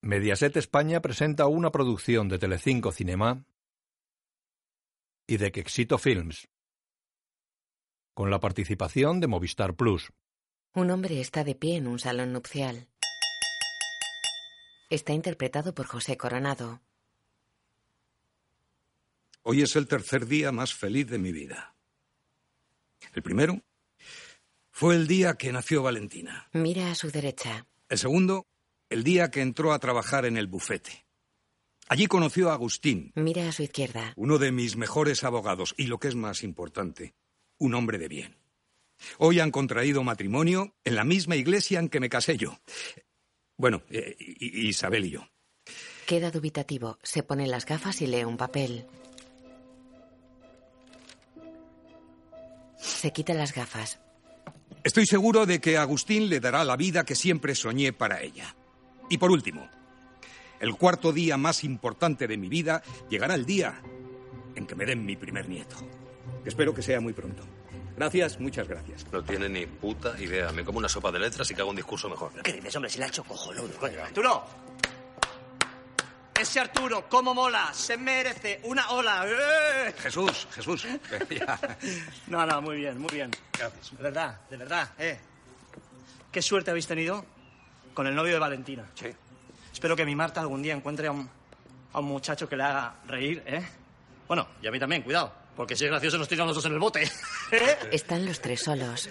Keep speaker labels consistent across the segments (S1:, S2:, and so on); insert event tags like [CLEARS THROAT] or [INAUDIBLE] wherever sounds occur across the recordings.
S1: Mediaset España presenta una producción de Telecinco Cinema y de Quexito Films, con la participación de Movistar Plus.
S2: Un hombre está de pie en un salón nupcial. Está interpretado por José Coronado.
S3: Hoy es el tercer día más feliz de mi vida. El primero fue el día que nació Valentina.
S2: Mira a su derecha.
S3: El segundo, el día que entró a trabajar en el bufete. Allí conoció a Agustín,
S2: Mira a su izquierda.
S3: uno de mis mejores abogados y, lo que es más importante, un hombre de bien. Hoy han contraído matrimonio en la misma iglesia en que me casé yo. Bueno, eh, I- I- Isabel y yo.
S2: Queda dubitativo. Se pone las gafas y lee un papel. Se quita las gafas.
S3: Estoy seguro de que Agustín le dará la vida que siempre soñé para ella. Y por último, el cuarto día más importante de mi vida llegará el día en que me den mi primer nieto. Espero que sea muy pronto. Gracias, muchas gracias.
S4: No tiene ni puta idea. Me como una sopa de letras y que hago un discurso mejor.
S5: ¿Qué dices, hombre? Si la ha hecho cojonudo. coño. Arturo. Ese Arturo, cómo mola. Se merece una ola. ¡Eh!
S3: Jesús,
S4: [LAUGHS]
S3: Jesús. Ya.
S5: [LAUGHS] No, no, muy bien, muy bien.
S3: Gracias.
S5: De verdad, de verdad, eh. ¿Qué suerte habéis tenido con el novio de Valentina?
S3: Sí.
S5: Espero que mi Marta algún día encuentre a un, a un muchacho que le haga reír, ¿eh? Bueno, y a mí también, cuidado. Porque si es gracioso nos tiran los dos en el bote.
S2: Están los tres solos.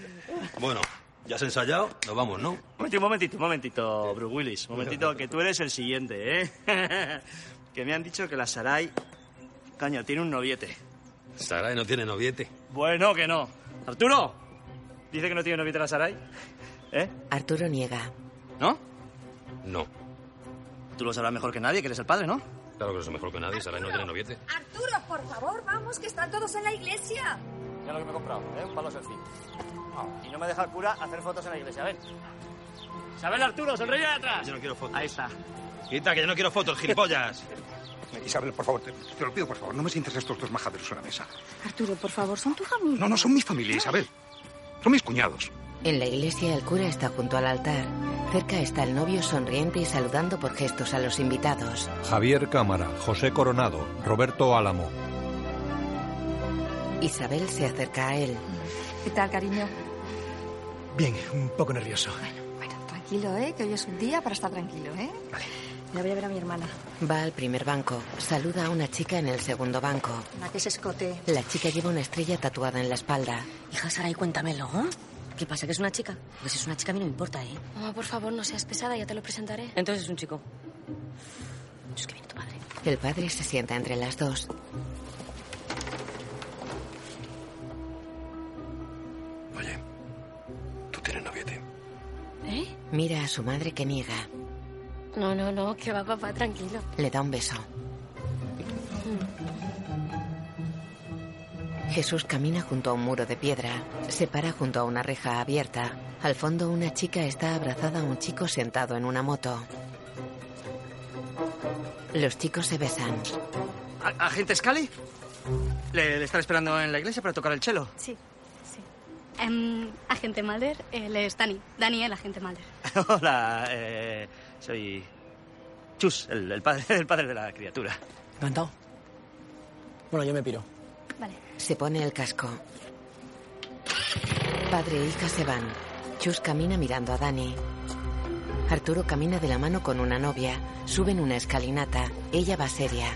S4: Bueno, ya has ensayado, nos vamos, ¿no?
S5: Un momentito, un momentito, Bruce Willis. Un momentito, que tú eres el siguiente, ¿eh? [LAUGHS] que me han dicho que la Sarai... Caño, tiene un noviete.
S4: Saray no tiene noviete.
S5: Bueno, que no. Arturo, dice que no tiene noviete la Sarai. ¿Eh?
S2: Arturo niega.
S5: ¿No?
S4: No.
S5: Tú lo sabrás mejor que nadie, que eres el padre, ¿no?
S4: Claro que lo sé mejor que nadie. Saray no tiene noviete.
S6: Arturo, por favor, vamos, que están todos en la iglesia.
S5: Ya lo que me he comprado, ¿eh? Un palo selfie. Y no me deja el cura hacer fotos en la iglesia, a ver. Isabel Arturo, sonríe de atrás.
S4: Ah, Yo no quiero fotos.
S5: Ahí está.
S4: Quita, que yo no quiero fotos, gilipollas.
S3: Isabel, por favor, te, te lo pido, por favor, no me sientes estos dos majaderos en la mesa.
S6: Arturo, por favor, son tu familia.
S3: No, no, son mi familia, Isabel. Son mis cuñados.
S2: En la iglesia el cura está junto al altar. Cerca está el novio sonriente y saludando por gestos a los invitados.
S1: Javier Cámara, José Coronado, Roberto Álamo.
S2: Isabel se acerca a él.
S6: ¿Qué tal, cariño?
S7: Bien, un poco nervioso.
S6: Bueno, tranquilo, ¿eh? Que hoy es un día para estar tranquilo, ¿eh? Vale. Ya voy a ver a mi hermana,
S2: Va al primer banco. Saluda a una chica en el segundo banco.
S6: la que es escote.
S2: La chica lleva una estrella tatuada en la espalda.
S8: Hija Saray, cuéntamelo. ¿Qué pasa? ¿Que es una chica? Pues si es una chica a mí no me importa, ¿eh?
S9: Mamá, Oh, por favor, no seas pesada, ya te lo presentaré.
S8: Entonces es un chico. Es que viene tu padre.
S2: El padre se sienta entre las dos.
S4: Oye, tú tienes noviete.
S9: ¿Eh?
S2: Mira a su madre que niega.
S9: No, no, no, que va, papá, tranquilo.
S2: Le da un beso. Jesús camina junto a un muro de piedra. Se para junto a una reja abierta. Al fondo una chica está abrazada a un chico sentado en una moto. Los chicos se besan.
S5: ¿A- ¿Agente Scali? ¿Le, le están esperando en la iglesia para tocar el chelo?
S9: Sí, sí.
S10: Em,
S9: agente Malder, él es Dani. Dani, el agente Malder.
S5: [LAUGHS] Hola, eh, soy Chus, el, el padre, [LAUGHS] el padre de la criatura.
S7: Encantado. Bueno, yo me piro.
S9: Vale.
S2: Se pone el casco. Padre e hija se van. Chus camina mirando a Dani. Arturo camina de la mano con una novia. Suben una escalinata. Ella va seria.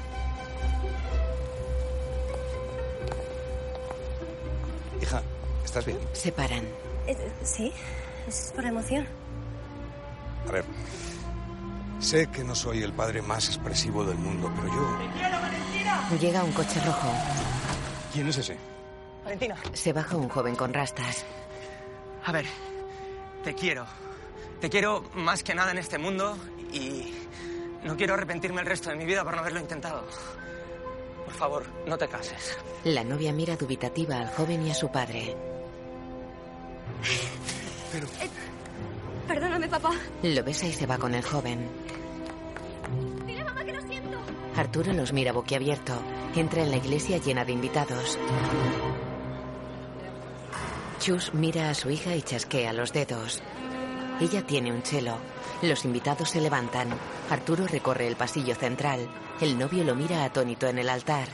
S3: Hija, ¿estás bien?
S2: Se paran.
S9: Eh, ¿Sí? ¿Es por emoción?
S3: A ver. Sé que no soy el padre más expresivo del mundo, pero yo.
S2: Llega un coche rojo.
S3: ¿Quién es ese?
S7: Valentina.
S2: Se baja un joven con rastas.
S7: A ver, te quiero. Te quiero más que nada en este mundo y no quiero arrepentirme el resto de mi vida por no haberlo intentado. Por favor, no te cases.
S2: La novia mira dubitativa al joven y a su padre.
S9: Perdóname, papá.
S2: Lo besa y se va con el joven.
S9: Dile, mamá, que lo siento.
S2: Arturo los mira boquiabierto. Entra en la iglesia llena de invitados. Chus mira a su hija y chasquea los dedos. Ella tiene un chelo. Los invitados se levantan. Arturo recorre el pasillo central. El novio lo mira atónito en el altar.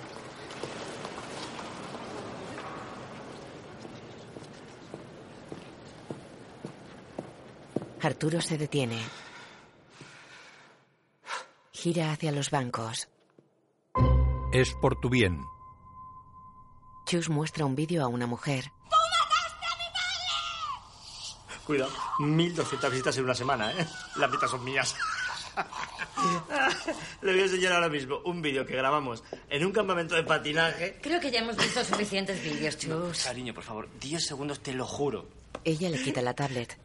S2: Arturo se detiene. Gira hacia los bancos.
S1: Es por tu bien.
S2: Chus muestra un vídeo a una mujer.
S5: Cuidado, 1200 visitas en una semana, ¿eh? Las metas son mías. [LAUGHS] Le voy a enseñar ahora mismo un vídeo que grabamos en un campamento de patinaje.
S11: Creo que ya hemos visto suficientes vídeos, Chus.
S5: Cariño, por favor, 10 segundos, te lo juro.
S2: Ella le quita la tablet.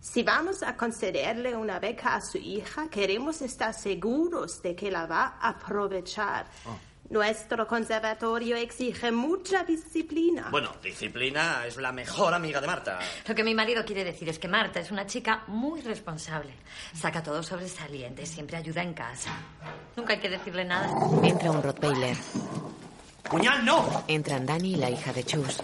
S12: Si vamos a concederle una beca a su hija, queremos estar seguros de que la va a aprovechar. Nuestro conservatorio exige mucha disciplina.
S5: Bueno, disciplina es la mejor amiga de Marta.
S11: Lo que mi marido quiere decir es que Marta es una chica muy responsable. Saca todo sobresaliente, siempre ayuda en casa. Nunca hay que decirle nada.
S2: Entra un Rottweiler.
S5: ¡Cuñal, no!
S2: Entran Dani y la hija de Chus.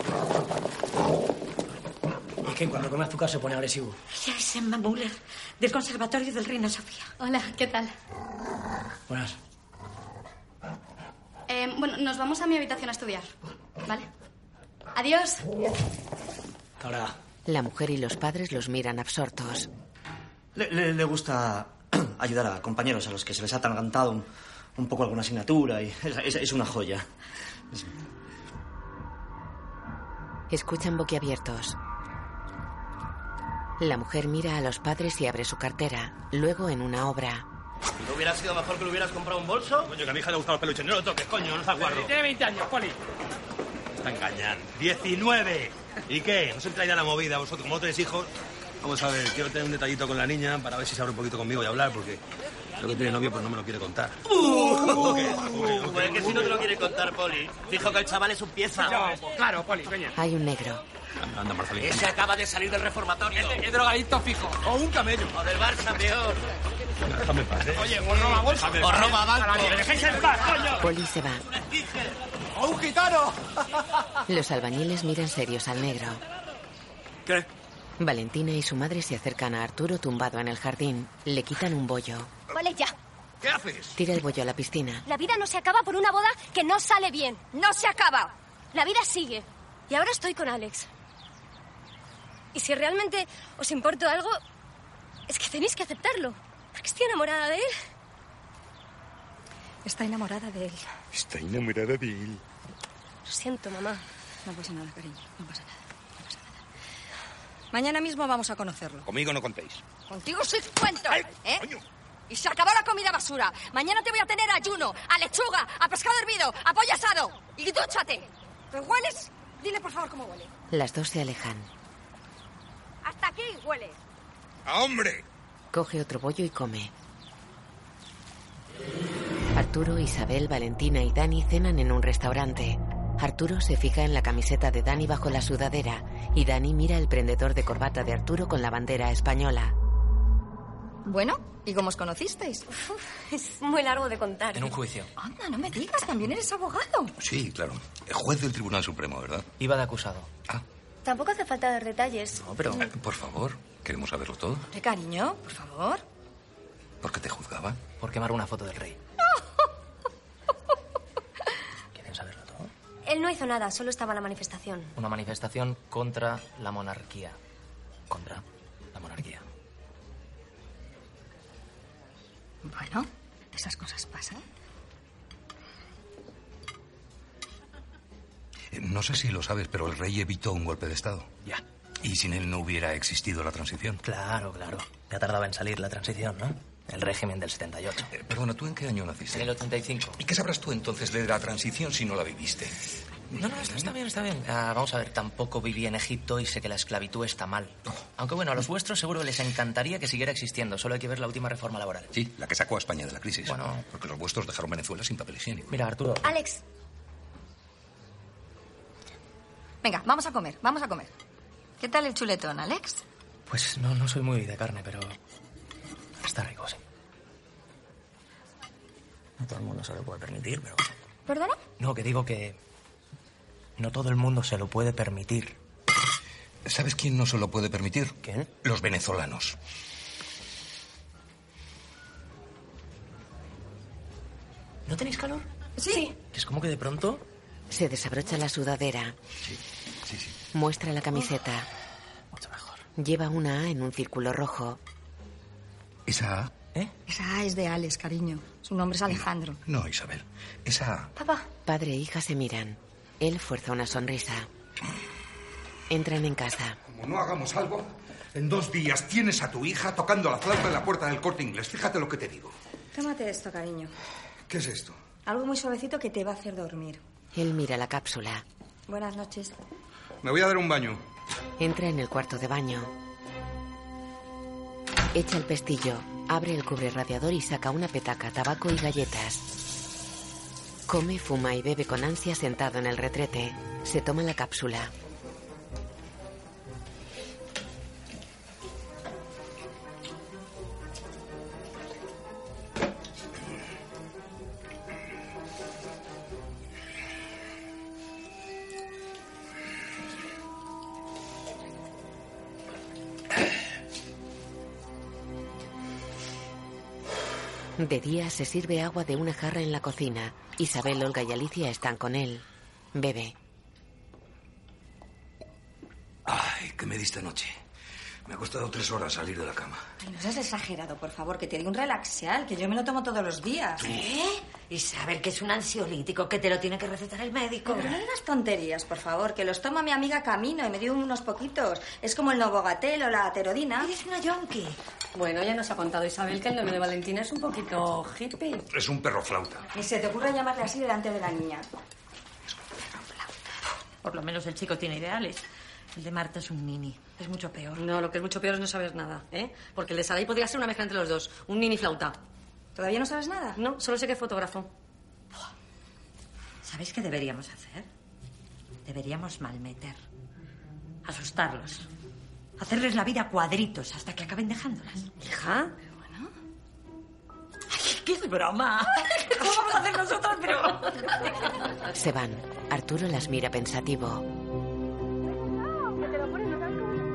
S13: Es que cuando come azúcar se pone agresivo.
S11: Ella es Emma Müller, del Conservatorio del Reina Sofía.
S10: Hola, ¿qué tal?
S13: Buenas.
S10: Eh, bueno, nos vamos a mi habitación a estudiar, ¿vale? Adiós.
S13: Hasta ahora.
S2: La mujer y los padres los miran absortos.
S13: Le, le- le gusta [CLEARS THROAT] ayudar a compañeros a los que se les ha atragantado un, un poco alguna asignatura y es, es- es una joya.
S2: Escuchan boquiabiertos. La mujer mira a los padres y abre su cartera. Luego en una obra.
S4: ¿No hubiera sido mejor que le hubieras comprado un bolso? Coño, que a mi hija le gustan los peluches. No lo toques, coño, no seas guarro.
S14: Tiene 20 años, Poli.
S4: Está engañando. ¡19! ¿Y qué? ¿No se entráis a la movida vosotros? Como tres hijos... Vamos a ver, quiero tener un detallito con la niña para ver si se abre un poquito conmigo y hablar, porque lo que tiene novio pues no me lo quiere [LAUGHS] contar.
S14: Uh,
S5: Uh,
S14: Pues que si no te lo quiere contar, Poli. Dijo que el chaval es un pieza. pues, claro, Poli, coño.
S2: Hay un negro.
S4: Anda, anda, Marcelín.
S14: Ese acaba de salir del reformatorio. Es, drogadicto fijo. O un camello. O del Barça, peor.
S4: Déjame en paz, ¿eh?
S14: Oye, pues o roba bolsa.
S4: Déjame en
S14: O
S4: paz.
S14: roba banco. Pues,
S4: Dejéis
S14: en paz, coño.
S2: Poli se va.
S14: O un gitano.
S2: Los albañiles miran serios al negro.
S14: ¿Qué?
S2: Valentina y su madre se acercan a Arturo tumbado en el jardín. Le quitan un bollo.
S9: Vale, ya.
S14: ¿Qué haces?
S2: Tira el bollo a la piscina.
S9: La vida no se acaba por una boda que no sale bien. No se acaba. La vida sigue. Y ahora estoy con Alex. Y si realmente os importo algo, es que tenéis que aceptarlo. Porque estoy enamorada de él.
S6: Está enamorada de él.
S15: Está enamorada de él.
S9: Lo siento, mamá.
S6: No pasa nada, cariño. No pasa nada. No pasa nada. Mañana mismo vamos a conocerlo.
S16: Conmigo no contéis.
S9: Contigo sí cuento. ¿eh? Y se acabó la comida basura. Mañana te voy a tener a ayuno, a lechuga, a pescado hervido, a pollo asado. Y dúchate. ¿Te hueles? Dile por favor cómo huele.
S2: Las dos se alejan.
S9: Hasta aquí huele.
S16: ¡A hombre!
S2: Coge otro bollo y come. Arturo, Isabel, Valentina y Dani cenan en un restaurante. Arturo se fija en la camiseta de Dani bajo la sudadera y Dani mira el prendedor de corbata de Arturo con la bandera española.
S6: Bueno, ¿y cómo os conocisteis?
S9: es muy largo de contar.
S3: En un juicio.
S6: Anda, no me digas, también eres abogado.
S3: Sí, claro. El juez del Tribunal Supremo, ¿verdad?
S13: Iba de acusado.
S9: Tampoco hace falta dar detalles.
S3: No, pero... eh, por favor, queremos saberlo todo.
S6: Hombre, cariño, por favor.
S3: ¿Por qué te juzgaban?
S13: Por quemar una foto del rey.
S9: Él no hizo nada, solo estaba en la manifestación.
S7: Una manifestación contra la monarquía. Contra la monarquía.
S6: Bueno, esas cosas pasan.
S3: Eh, No sé si lo sabes, pero el rey evitó un golpe de Estado.
S7: Ya.
S3: Y sin él no hubiera existido la transición.
S7: Claro, claro. Ya tardaba en salir la transición, ¿no? El régimen del 78.
S3: Perdona, ¿tú en qué año naciste?
S7: En el 85.
S3: ¿Y qué sabrás tú entonces de la transición si no la viviste?
S7: No, no, está, está bien, está bien. Ah, vamos a ver, tampoco viví en Egipto y sé que la esclavitud está mal. Aunque bueno, a los vuestros seguro les encantaría que siguiera existiendo. Solo hay que ver la última reforma laboral.
S3: Sí, la que sacó a España de la crisis. Bueno, porque los vuestros dejaron Venezuela sin papel higiénico.
S7: Mira, Arturo.
S9: Alex.
S6: Venga, vamos a comer, vamos a comer. ¿Qué tal el chuletón, Alex?
S7: Pues no, no soy muy de carne, pero está rico, sí. No todo el mundo se lo puede permitir, pero...
S9: ¿Perdona?
S7: No, que digo que no todo el mundo se lo puede permitir.
S3: ¿Sabes quién no se lo puede permitir?
S7: ¿Quién?
S3: Los venezolanos.
S17: ¿No tenéis calor?
S6: Sí.
S17: Es como que de pronto...
S2: Se desabrocha la sudadera. Muestra la camiseta.
S17: Ah,
S2: Lleva una A en un círculo rojo.
S18: Esa A.
S3: ¿Eh?
S6: Esa A es de Alex, cariño. Su nombre es Alejandro.
S18: No, Isabel. Esa A.
S6: Papá.
S2: Padre e hija se miran. Él fuerza una sonrisa. Entran en casa.
S19: Como no hagamos algo, en dos días tienes a tu hija tocando la flauta en la puerta del corte inglés. Fíjate lo que te digo.
S6: Tómate esto, cariño.
S19: ¿Qué es esto?
S6: Algo muy suavecito que te va a hacer dormir.
S2: Él mira la cápsula.
S6: Buenas noches.
S19: Me voy a dar un baño.
S2: Entra en el cuarto de baño. Echa el pestillo, abre el cubre radiador y saca una petaca, tabaco y galletas. Come, fuma y bebe con ansia sentado en el retrete. Se toma la cápsula. De día se sirve agua de una jarra en la cocina. Isabel, Olga y Alicia están con él. Bebe.
S3: Ay, ¿qué me diste anoche? Me ha costado tres horas salir de la cama.
S6: Ay, no seas exagerado, por favor, que te dé un relaxial, que yo me lo tomo todos los días.
S11: ¿Qué? Isabel, que es un ansiolítico, que te lo tiene que recetar el médico.
S6: Pero no digas tonterías, por favor, que los toma mi amiga Camino y me dio unos poquitos. Es como el Novogatel o la Aterodina. Eres una yonki.
S20: Bueno, ya nos ha contado Isabel que el novio de Valentina es un poquito hippie.
S19: Es un perro flauta.
S6: Ni se te ocurra llamarle así delante de la niña.
S11: Por lo menos el chico tiene ideales. El de Marta es un nini. Es mucho peor.
S20: No, lo que es mucho peor es no saber nada, ¿eh? Porque el de Sarai podría ser una mezcla entre los dos. Un nini flauta.
S6: ¿Todavía no sabes nada?
S20: No, solo sé que es fotógrafo.
S11: ¿Sabéis qué deberíamos hacer? Deberíamos malmeter. Asustarlos. Hacerles la vida cuadritos hasta que acaben dejándolas.
S20: Hija.
S11: ¡Qué broma! ¿Cómo vamos a hacer nosotros, pero...?
S2: Se van. Arturo las mira pensativo.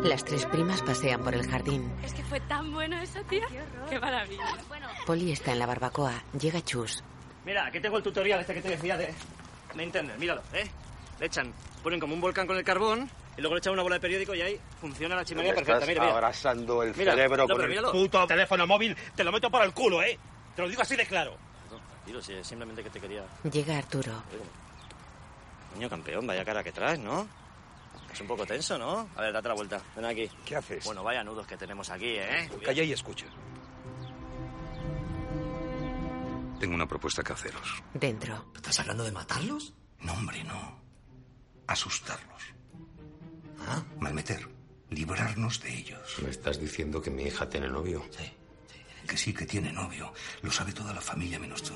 S2: Las tres primas pasean por el jardín.
S9: Es que fue tan bueno eso, tío. Qué maravilla.
S2: Polly está en la barbacoa. Llega Chus.
S5: Mira, aquí tengo el tutorial este que te decía de... Me entiendes, míralo, ¿eh? Le echan, ponen como un volcán con el carbón y luego le echan una bola de periódico y ahí funciona la chimenea perfecta. Mira, mira.
S4: abrazando el
S5: Mira, cerebro no, con pero el míralo.
S4: puto teléfono móvil. Te lo meto por el culo, ¿eh? Te lo digo así de claro.
S21: Tranquilo, sí, simplemente que te quería...
S2: Llega Arturo.
S21: Niño campeón, vaya cara que traes, ¿no? Es un poco tenso, ¿no? A ver, date la vuelta. Ven aquí.
S19: ¿Qué haces?
S21: Bueno, vaya nudos que tenemos aquí, ¿eh?
S19: Calla y escucha.
S3: Tengo una propuesta que haceros.
S2: Dentro.
S3: ¿Estás hablando de matarlos? No, hombre, no. Asustarlos. ¿Ah? Malmeter. Librarnos de ellos.
S22: ¿Me estás diciendo que mi hija tiene novio?
S3: Sí. Que sí, que tiene novio. Lo sabe toda la familia menos tú.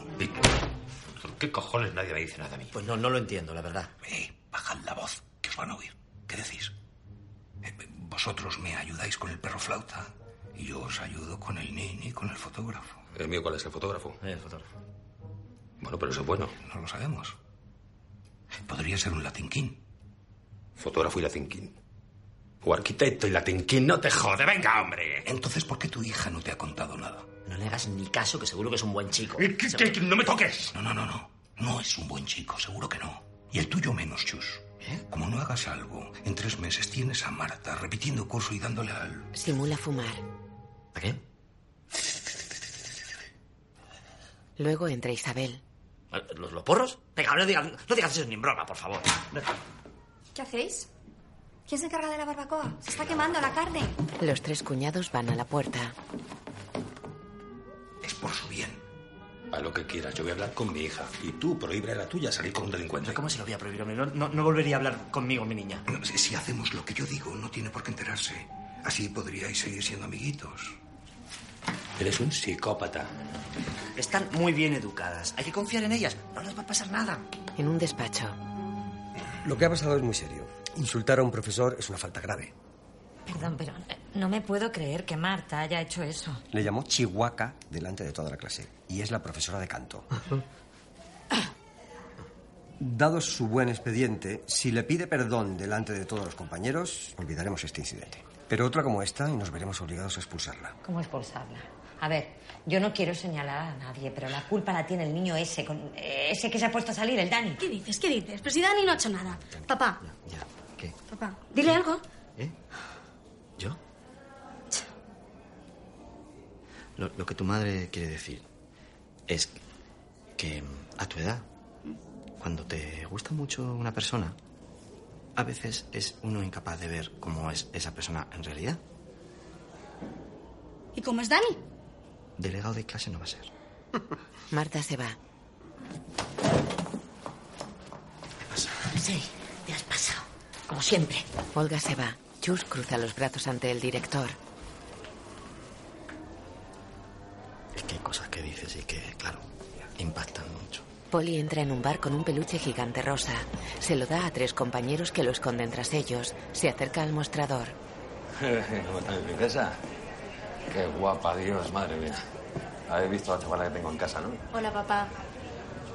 S22: ¿Por qué cojones nadie me dice nada a mí?
S23: Pues no, no lo entiendo, la verdad.
S3: Eh, bajad la voz, que os van a oír. ¿Qué decís? Eh, vosotros me ayudáis con el perro flauta y yo os ayudo con el nini, con el fotógrafo.
S22: ¿El mío cuál es? Pues, eh, ¿El fotógrafo?
S23: El fotógrafo.
S22: Bueno, pero eso es bueno.
S3: No lo sabemos. Podría ser un latinquín.
S22: Fotógrafo y latinquín. O arquitecto y latinquín. No te jode, venga, hombre.
S3: Entonces, ¿por qué tu hija no te ha contado nada?
S23: No le hagas ni caso, que seguro que es un buen chico.
S22: ¿Qué- qué-
S23: Seguro.
S22: qué? ¡No me toques!
S3: No, no, no, no. No es un buen chico, seguro que no. Y el tuyo menos, Chus.
S23: ¿Eh?
S3: Como no hagas algo, en tres meses tienes a Marta repitiendo curso y dándole al...
S2: Simula fumar.
S3: ¿A qué?
S2: Luego entra Isabel.
S23: ¿Los, los porros? Venga, no digas, no digas eso ni en broma, por favor.
S6: ¿Qué hacéis? ¿Quién se encarga de la barbacoa? Se está quemando la carne.
S2: Los tres cuñados van a la puerta.
S3: Es por su bien.
S22: A lo que quieras, yo voy a hablar con mi hija. Y tú prohíbe a la tuya salir con un delincuente.
S23: ¿Cómo se lo voy a prohibir, hombre? No, no, no volvería a hablar conmigo, mi niña.
S3: No, Si si hacemos lo que yo digo, no tiene por qué enterarse. Así podríais seguir siendo amiguitos.
S22: Eres un psicópata.
S23: Están muy bien educadas. Hay que confiar en ellas. No les va a pasar nada.
S2: En un despacho.
S24: Lo que ha pasado es muy serio. Insultar a un profesor es una falta grave.
S11: Perdón, pero eh, no me puedo creer que Marta haya hecho eso.
S24: Le llamó Chihuahua delante de toda la clase. Y es la profesora de canto. Dado su buen expediente, si le pide perdón delante de todos los
S3: [LAUGHS]
S24: compañeros, olvidaremos este incidente. Pero otra como esta y nos veremos obligados a expulsarla.
S11: ¿Cómo expulsarla? A ver, yo no quiero señalar a nadie, pero la culpa la tiene el niño ese, con, eh, ese que se ha puesto a salir, el Dani.
S14: ¿Qué dices? ¿Qué dices? Pero si Dani no ha hecho nada. Papá.
S5: ¿Qué?
S14: Papá. Dile algo.
S5: ¿Yo? Lo, lo que tu madre quiere decir es que a tu edad, cuando te gusta mucho una persona, a veces es uno incapaz de ver cómo es esa persona en realidad.
S14: ¿Y cómo es Dani?
S5: Delegado de clase no va a ser.
S2: [LAUGHS] Marta se va.
S11: Sí, te has pasado. Como siempre.
S2: Olga se va. Chus cruza los brazos ante el director.
S5: Es que hay cosas que dices y que, claro, impactan mucho.
S2: Polly entra en un bar con un peluche gigante rosa. Se lo da a tres compañeros que lo esconden tras ellos. Se acerca al mostrador.
S3: ¿Cómo estás, princesa? Qué guapa, Dios, madre mía. Habéis visto la chavala que tengo en casa, ¿no?
S25: Hola, papá.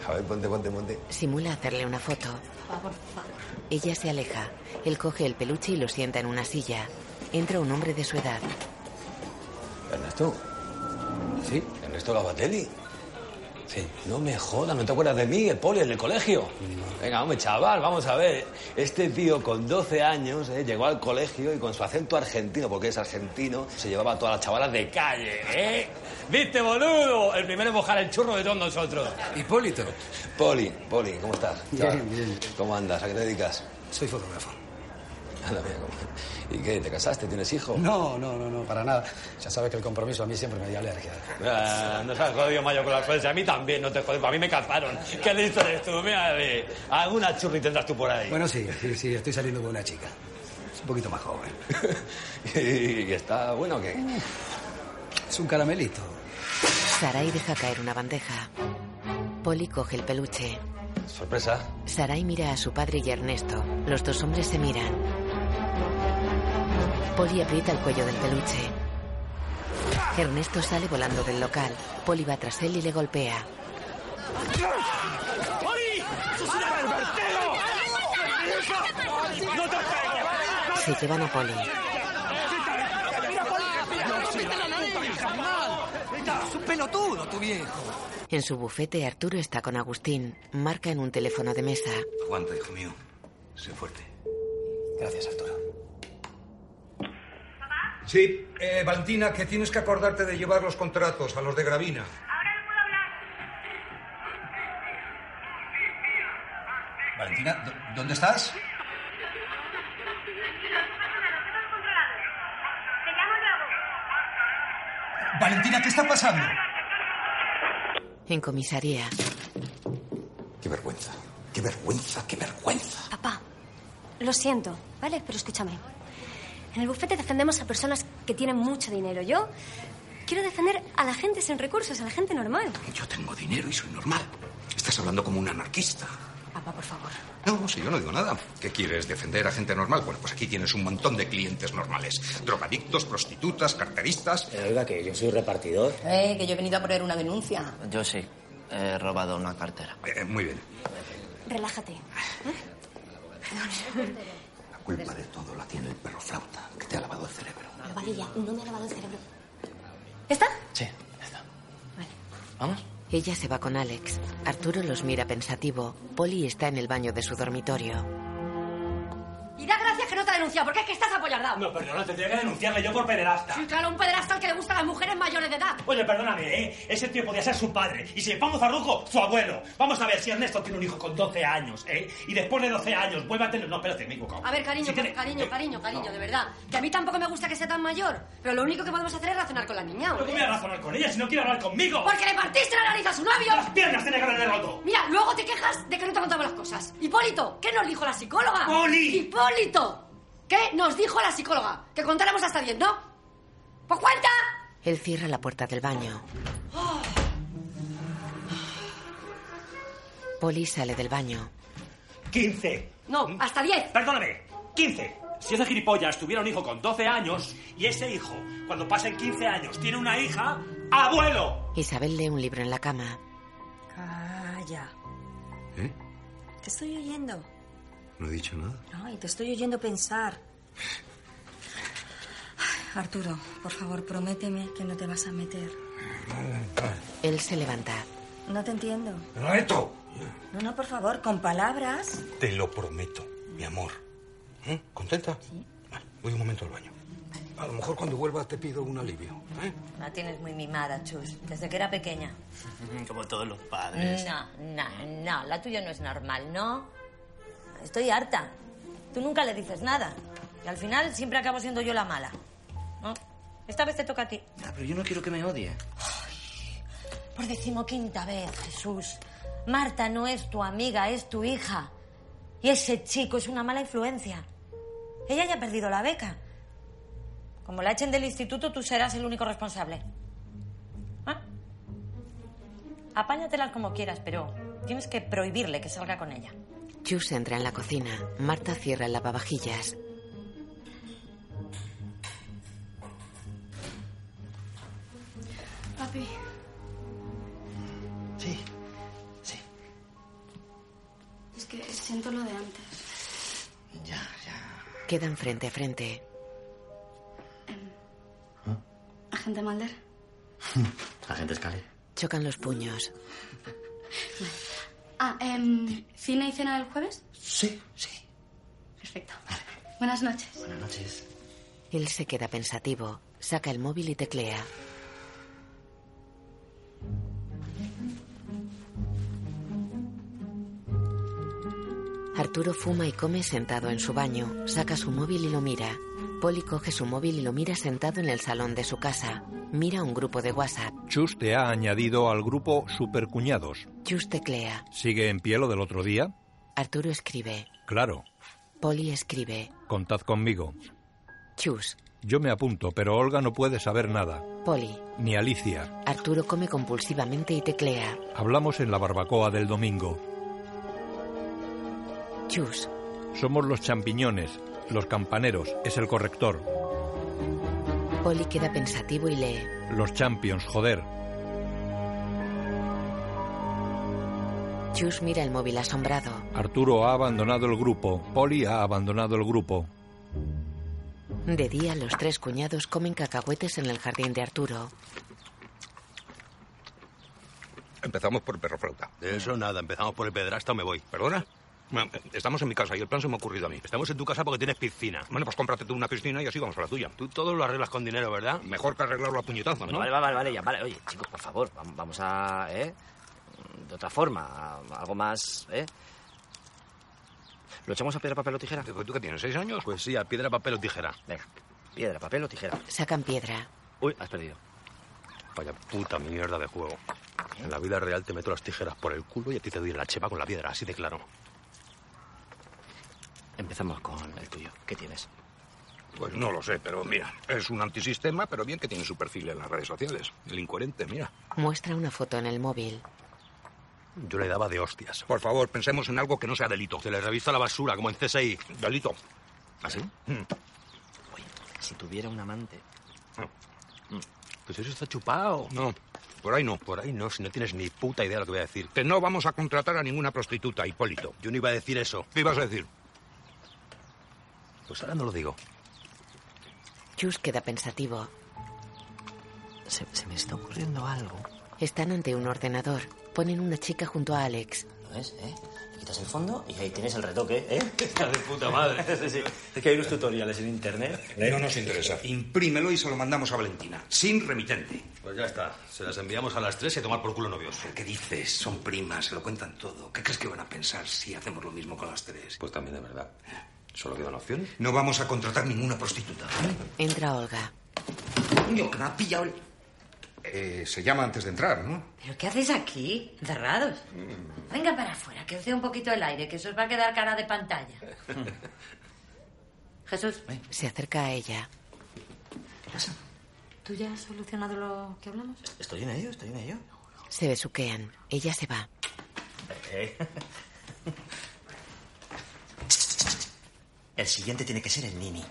S3: A ver, ponte, ponte, ponte.
S2: Simula hacerle una foto.
S25: Papá, por favor.
S2: Ella se aleja. Él coge el peluche y lo sienta en una silla. Entra un hombre de su edad.
S3: ¿Ernesto? Sí, Ernesto Lavatelli. Sí. No me jodas, ¿no te acuerdas de mí? El poli, el del colegio. Venga, hombre, chaval, vamos a ver. Este tío con 12 años eh, llegó al colegio y con su acento argentino, porque es argentino, se llevaba a todas las chavalas de calle, ¿eh? ¿Viste, boludo? El primero en mojar el churro de todos nosotros. ¿Hipólito? Poli, Poli, ¿cómo estás? chaval?
S24: Bien, bien.
S3: ¿Cómo andas? ¿A qué te dedicas?
S24: Soy fotógrafo.
S3: Anda, mira, ¿cómo? ¿Y qué? ¿Te casaste? ¿Tienes hijo? [LAUGHS]
S24: No, no, no, no, para nada. Ya sabes que el compromiso a mí siempre me dio alergia.
S3: Ah, no se has jodido mayo con la suerte. A mí también, no te jodes. pues A mí me cazaron. ¿Qué listo eres tú? Mira, a ver, alguna churri tendrás tú por ahí.
S24: Bueno, sí, sí, sí, estoy saliendo con una chica. Es un poquito más joven.
S3: ¿Y está bueno o qué?
S24: Es un caramelito.
S2: Sarai deja caer una bandeja. Polly coge el peluche.
S3: Sorpresa.
S2: Sarai mira a su padre y a Ernesto. Los dos hombres se miran. Polly aprieta el cuello del peluche. Ernesto sale volando del local. Polly va tras él y le golpea.
S4: ¡Poli! ¡Sos un pervertido! ¡No te
S2: Se llevan a Polly.
S4: ¡Es un pelotudo, tu viejo!
S2: En su bufete, Arturo está con Agustín. Marca en un teléfono de mesa.
S3: Aguanta, hijo mío. Sé fuerte.
S24: Gracias, Arturo.
S26: Sí, eh, Valentina, que tienes que acordarte de llevar los contratos a los de Gravina.
S3: Valentina, ¿dó- ¿dónde estás? Valentina, ¿qué está pasando?
S2: En comisaría,
S3: Qué vergüenza. Qué vergüenza, qué vergüenza.
S14: Papá, lo siento, ¿vale? Pero escúchame. En el bufete defendemos a personas que tienen mucho dinero. Yo quiero defender a la gente sin recursos, a la gente normal.
S3: Yo tengo dinero y soy normal. Estás hablando como un anarquista.
S14: Papá, por favor.
S3: No, si yo no digo nada. ¿Qué quieres? ¿Defender a gente normal? Bueno, pues aquí tienes un montón de clientes normales. Drogadictos, prostitutas, carteristas.
S27: Eh, Oiga, que yo soy repartidor.
S9: Eh, que yo he venido a poner una denuncia.
S27: Yo sí. He robado una cartera.
S3: Eh, muy bien.
S14: Relájate. ¿Eh?
S9: [LAUGHS]
S14: Perdón.
S3: La culpa de todo la tiene el perro flauta, que te ha lavado el cerebro.
S14: Vale, ya, no me ha lavado el cerebro. ¿Está?
S27: ¿Vamos?
S2: ella se va con Alex. Arturo los mira pensativo. Polly está en el baño de su dormitorio.
S9: Y da gracias que no te ha denunciado, porque es que estás apoyardado.
S4: No, perdona, tendría que denunciarle yo por pederasta.
S9: Sí, claro, un pederasta al que le gustan las mujeres mayores de edad.
S4: Oye, perdóname, ¿eh? Ese tío podía ser su padre. Y si le pongo Zarrujo, su abuelo. Vamos a ver si Ernesto tiene un hijo con 12 años, ¿eh? Y después de 12 años vuelve a tener... No, espérate, me he equivocado.
S9: A ver, cariño,
S4: Si
S9: pues,
S4: tiene-
S9: cariño, cariño, cariño, de verdad. Que a mí tampoco me gusta que sea tan mayor. Pero lo único que podemos hacer es razonar con la niña.
S4: No
S9: hombre.
S4: voy a razonar con ella si no quiere hablar conmigo.
S9: Porque le partiste la nariz a su novio.
S4: Las piernas tiene que haberle roto.
S9: Mira, luego te quejas de que no te contamos las cosas. Hipólito, ¿qué nos dijo la psicóloga?
S4: ¡Poli!
S9: Hipólito, ¿qué nos dijo la psicóloga? Que contáramos hasta 10, ¿no? Pues cuenta.
S2: Él cierra la puerta del baño. Polly sale del baño.
S4: 15.
S9: No, hasta 10.
S4: ¿Mm? Perdóname, 15. Si ese gilipollas tuviera un hijo con 12 años y ese hijo, cuando pasen 15 años, tiene una hija, ¡abuelo!
S2: Isabel lee un libro en la cama.
S20: Ah,
S6: Calla.
S3: ¿Eh?
S6: Te estoy oyendo.
S3: No he dicho nada.
S6: No, y te estoy oyendo pensar. Arturo, por favor, prométeme que no te vas a meter.
S2: Él se levanta.
S6: No te entiendo.
S2: ¡Reto!
S6: No, no, por favor, con palabras.
S3: Te lo prometo, mi amor. ¿Eh? ¿Contenta? Sí. voy un momento al baño. A lo mejor cuando vuelva te pido un alivio.
S11: La tienes muy mimada, Chus, desde que era pequeña.
S5: [LAUGHS] Como todos los padres.
S11: No, no, no, la tuya no es normal, ¿no? Estoy harta. Tú nunca le dices nada. Y al final siempre acabo siendo yo la mala. ¿No? Esta vez te toca a ti.
S5: Ah, pero yo no quiero que me odie.
S11: Por decimoquinta vez, Jesús. Marta no es tu amiga, es tu hija. Y ese chico es una mala influencia. Ella ya ha perdido la beca. Como la echen del instituto, tú serás el único responsable. ¿Ah? Apáñatelas como quieras, pero tienes que prohibirle que salga con ella.
S2: Chus entra en la cocina. Marta cierra el lavavajillas.
S9: Papi,
S28: Sí, sí.
S9: es que siento lo de antes.
S28: Ya, ya.
S2: Quedan frente a frente.
S9: Agente Malder,
S28: Agente Scully.
S2: Chocan los puños.
S9: Ah, em, ¿cine y cena del jueves?
S28: Sí, sí.
S9: Perfecto. Buenas noches.
S28: Buenas noches.
S2: Él se queda pensativo. Saca el móvil y teclea. Arturo fuma y come sentado en su baño. Saca su móvil y lo mira. Polly coge su móvil y lo mira sentado en el salón de su casa. Mira un grupo de WhatsApp.
S1: Chus te ha añadido al grupo Supercuñados.
S2: Chus teclea.
S1: ¿Sigue en pie lo del otro día?
S2: Arturo escribe.
S1: Claro,
S2: Polly escribe.
S1: contad conmigo.
S2: Chus.
S1: Yo me apunto, pero Olga no puede saber nada.
S2: Polly.
S1: Ni Alicia.
S2: Arturo come compulsivamente y teclea.
S1: Hablamos en la barbacoa del domingo.
S2: Chus.
S1: Somos los champiñones, los campaneros, es el corrector.
S2: Polly queda pensativo y lee.
S1: Los champions, joder.
S2: Chus mira el móvil asombrado.
S1: Arturo ha abandonado el grupo. Polly ha abandonado el grupo.
S2: De día, los tres cuñados comen cacahuetes en el jardín de Arturo.
S3: Empezamos por perroflauta.
S4: De eso nada, empezamos por el pedrasta o me voy.
S3: ¿Perdona? Ma, Estamos en mi casa y el plan se me ha ocurrido a mí.
S4: Estamos en tu casa porque tienes piscina.
S3: Bueno, pues cómprate tú una piscina y así vamos a la tuya.
S4: Tú todo lo arreglas con dinero, ¿verdad?
S3: Mejor que arreglarlo a puñetazos, ¿no?
S14: Ah, Vale, vale, vale, vale, ya, vale. Oye, chicos, por favor, vam- vamos a. ¿eh? De otra forma, a- algo más. ¿eh? ¿Lo echamos a piedra, papel o tijera?
S3: ¿Tú qué tienes, seis años?
S4: Pues sí, a piedra, papel o tijera.
S14: Venga, piedra, papel o tijera.
S2: Sacan piedra.
S14: Uy, has perdido.
S3: Vaya puta mierda de juego. En la vida real te meto las tijeras por el culo y a ti te doy en la chepa con la piedra, así de claro.
S14: Empezamos con el tuyo. ¿Qué tienes?
S3: Pues no lo sé, pero mira, es un antisistema, pero bien que tiene su perfil en las redes sociales. El incoherente, mira.
S2: Muestra una foto en el móvil.
S3: Yo le daba de hostias. Por favor, pensemos en algo que no sea delito. ¿Ah,
S4: Se le revista la basura, como en CSI.
S3: Delito.
S4: ¿Así?
S14: Si tuviera un amante.
S4: Pues eso está chupado.
S3: No, por ahí no. Por ahí no, si no tienes ni puta idea de lo que voy a decir. Que no vamos a contratar a ninguna prostituta, Hipólito.
S4: Yo no iba a decir eso.
S3: ¿Qué ibas a decir?
S4: Pues ahora no lo digo.
S2: Chus queda pensativo.
S5: Se, se me está ocurriendo algo.
S2: Están ante un ordenador. Ponen una chica junto a Alex.
S5: ¿Lo ves? ¿Eh? Le quitas el fondo y ahí tienes el retoque,
S14: [LAUGHS]
S5: ¿eh?
S4: de puta madre.
S5: [LAUGHS] Sí, sí. Es que hay unos tutoriales en internet.
S3: No nos interesa.
S29: ¿Eh? Imprímelo y se lo mandamos a Valentina, sin remitente.
S4: Pues ya está. Se las enviamos a las tres y a tomar por culo novios.
S29: ¿Qué dices? Son primas, se lo cuentan todo. ¿Qué crees que van a pensar si hacemos lo mismo con las tres?
S3: Pues también de verdad. ¿Solo quedan opciones?
S29: No vamos a contratar ninguna prostituta.
S4: ¿Eh?
S2: Entra Olga.
S29: Yo que me ha pillado el-
S3: Eh, se llama antes de entrar, ¿no?
S11: ¿Pero qué hacéis aquí, cerrados? Venga para afuera, que os dé un poquito el aire, que se os va a quedar cara de pantalla.
S4: Mm.
S11: Jesús,
S2: Se acerca a ella.
S11: ¿tú ya has solucionado lo que hablamos?
S5: Estoy en ello, estoy en ello.
S2: Se besuquean. Ella se va.
S5: Eh. [LAUGHS] El siguiente tiene que ser el Nini.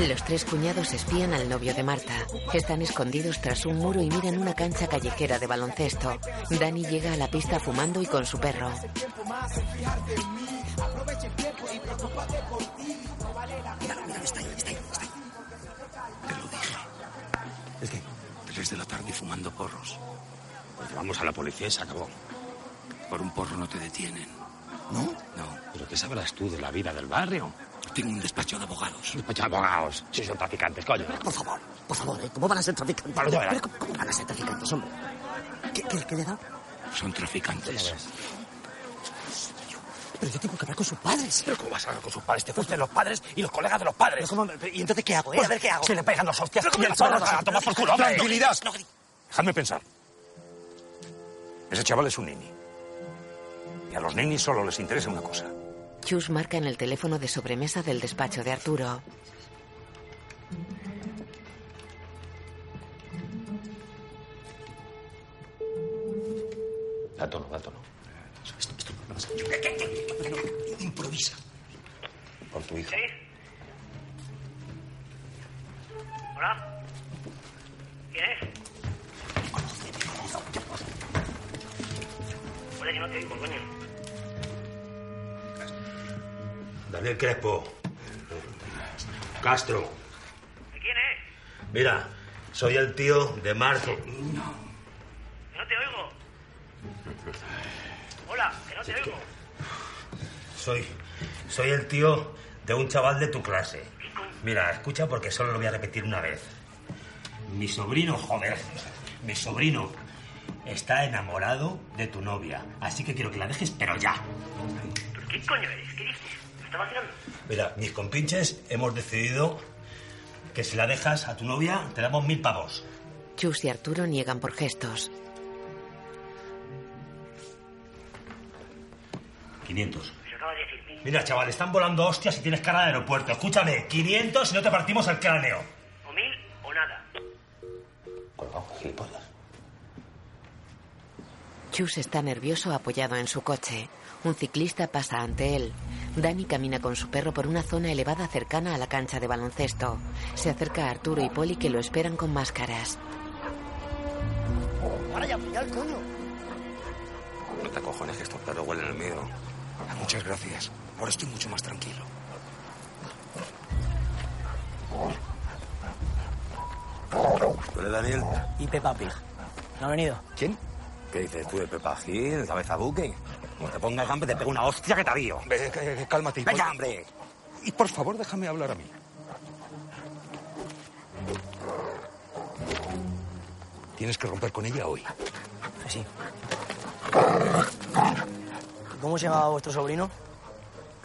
S2: Los tres cuñados espían al novio de Marta. Están escondidos tras un muro y miran una cancha callejera de baloncesto. Dani llega a la pista fumando y con su perro.
S3: ¿El qué? Tres de la tarde fumando porros. Nos llevamos Pues a la policía y se acabó. Por un porro no te detienen. ¿No? No. ¿Pero qué sabrás tú de la vida del barrio? Tengo un despacho de abogados. Despacho de abogados. Si son traficantes, coño.
S30: Por favor, por favor, ¿eh? ¿cómo van a ser traficantes?
S3: Pero ya verás.
S30: Pero ¿Cómo van a ser traficantes, hombre? ¿Qué, qué, qué le da?
S3: Son traficantes.
S30: Pero yo tengo que hablar con sus padres.
S3: ¿Pero cómo vas a hablar con sus padres? Te fuiste los padres y los colegas de los padres. Pues
S30: ¿Y entonces qué hago? Eh? a ver qué hago.
S3: Se le pegan los hostias.
S30: Pero
S3: y el
S30: ¿cómo
S3: porro
S30: no?
S3: a tomar por culo, hombre.
S30: Tranquilidad.
S3: No grites. Dejadme pensar. Ese chaval es un nini. Y a los ninis solo les interesa una cosa.
S2: Chus marca en el teléfono de sobremesa del despacho de Arturo.
S31: Da tono, da tono.
S3: Improvisa. Por tu hija.
S14: Hola. ¿Quién es? Hola, yo no te oigo, coño.
S4: Daniel Crespo. Castro.
S14: ¿Quién es?
S4: Mira, soy el tío de Marzo.
S14: Que no te oigo. Hola, que no te oigo.
S4: Soy, soy el tío de un chaval de tu clase. Mira, escucha porque solo lo voy a repetir una vez. Mi sobrino, joder, mi sobrino está enamorado de tu novia. Así que quiero que la dejes, pero ya.
S14: ¿Qué coño eres? ¿Qué dices? ¿Me estás vacilando?
S4: Mira, mis compinches hemos decidido que si la dejas a tu novia, te damos mil pavos.
S2: Chus y Arturo niegan por gestos.
S4: 500.
S14: Pero acabas de decirme.
S4: Mira, chaval, están volando hostias y tienes cara de aeropuerto. Escúchame, 500 y no te partimos el cráneo.
S14: O mil o nada.
S4: Colgado, gilipollas.
S2: Chus está nervioso apoyado en su coche. Un ciclista pasa ante él. Dani camina con su perro por una zona elevada cercana a la cancha de baloncesto. Se acerca a Arturo y Poli que lo esperan con máscaras.
S30: Para ya, ya, coño.
S3: No te cojones que estos perros huelen el miedo. Muchas gracias. Ahora estoy mucho más tranquilo.
S31: ¿Pero Daniel?
S7: Y Peppa Pig. ¿No ha venido?
S31: ¿Quién?
S3: ¿Qué dices tú de Pepa Gil, cabeza buque? Como te pongas hambre, te pego una hostia que te avío. eh, Cálmate.
S31: Venga,
S3: Venga, hombre. Y por favor, déjame hablar a mí. Tienes que romper con ella hoy.
S7: Sí. ¿Cómo se llamaba vuestro sobrino?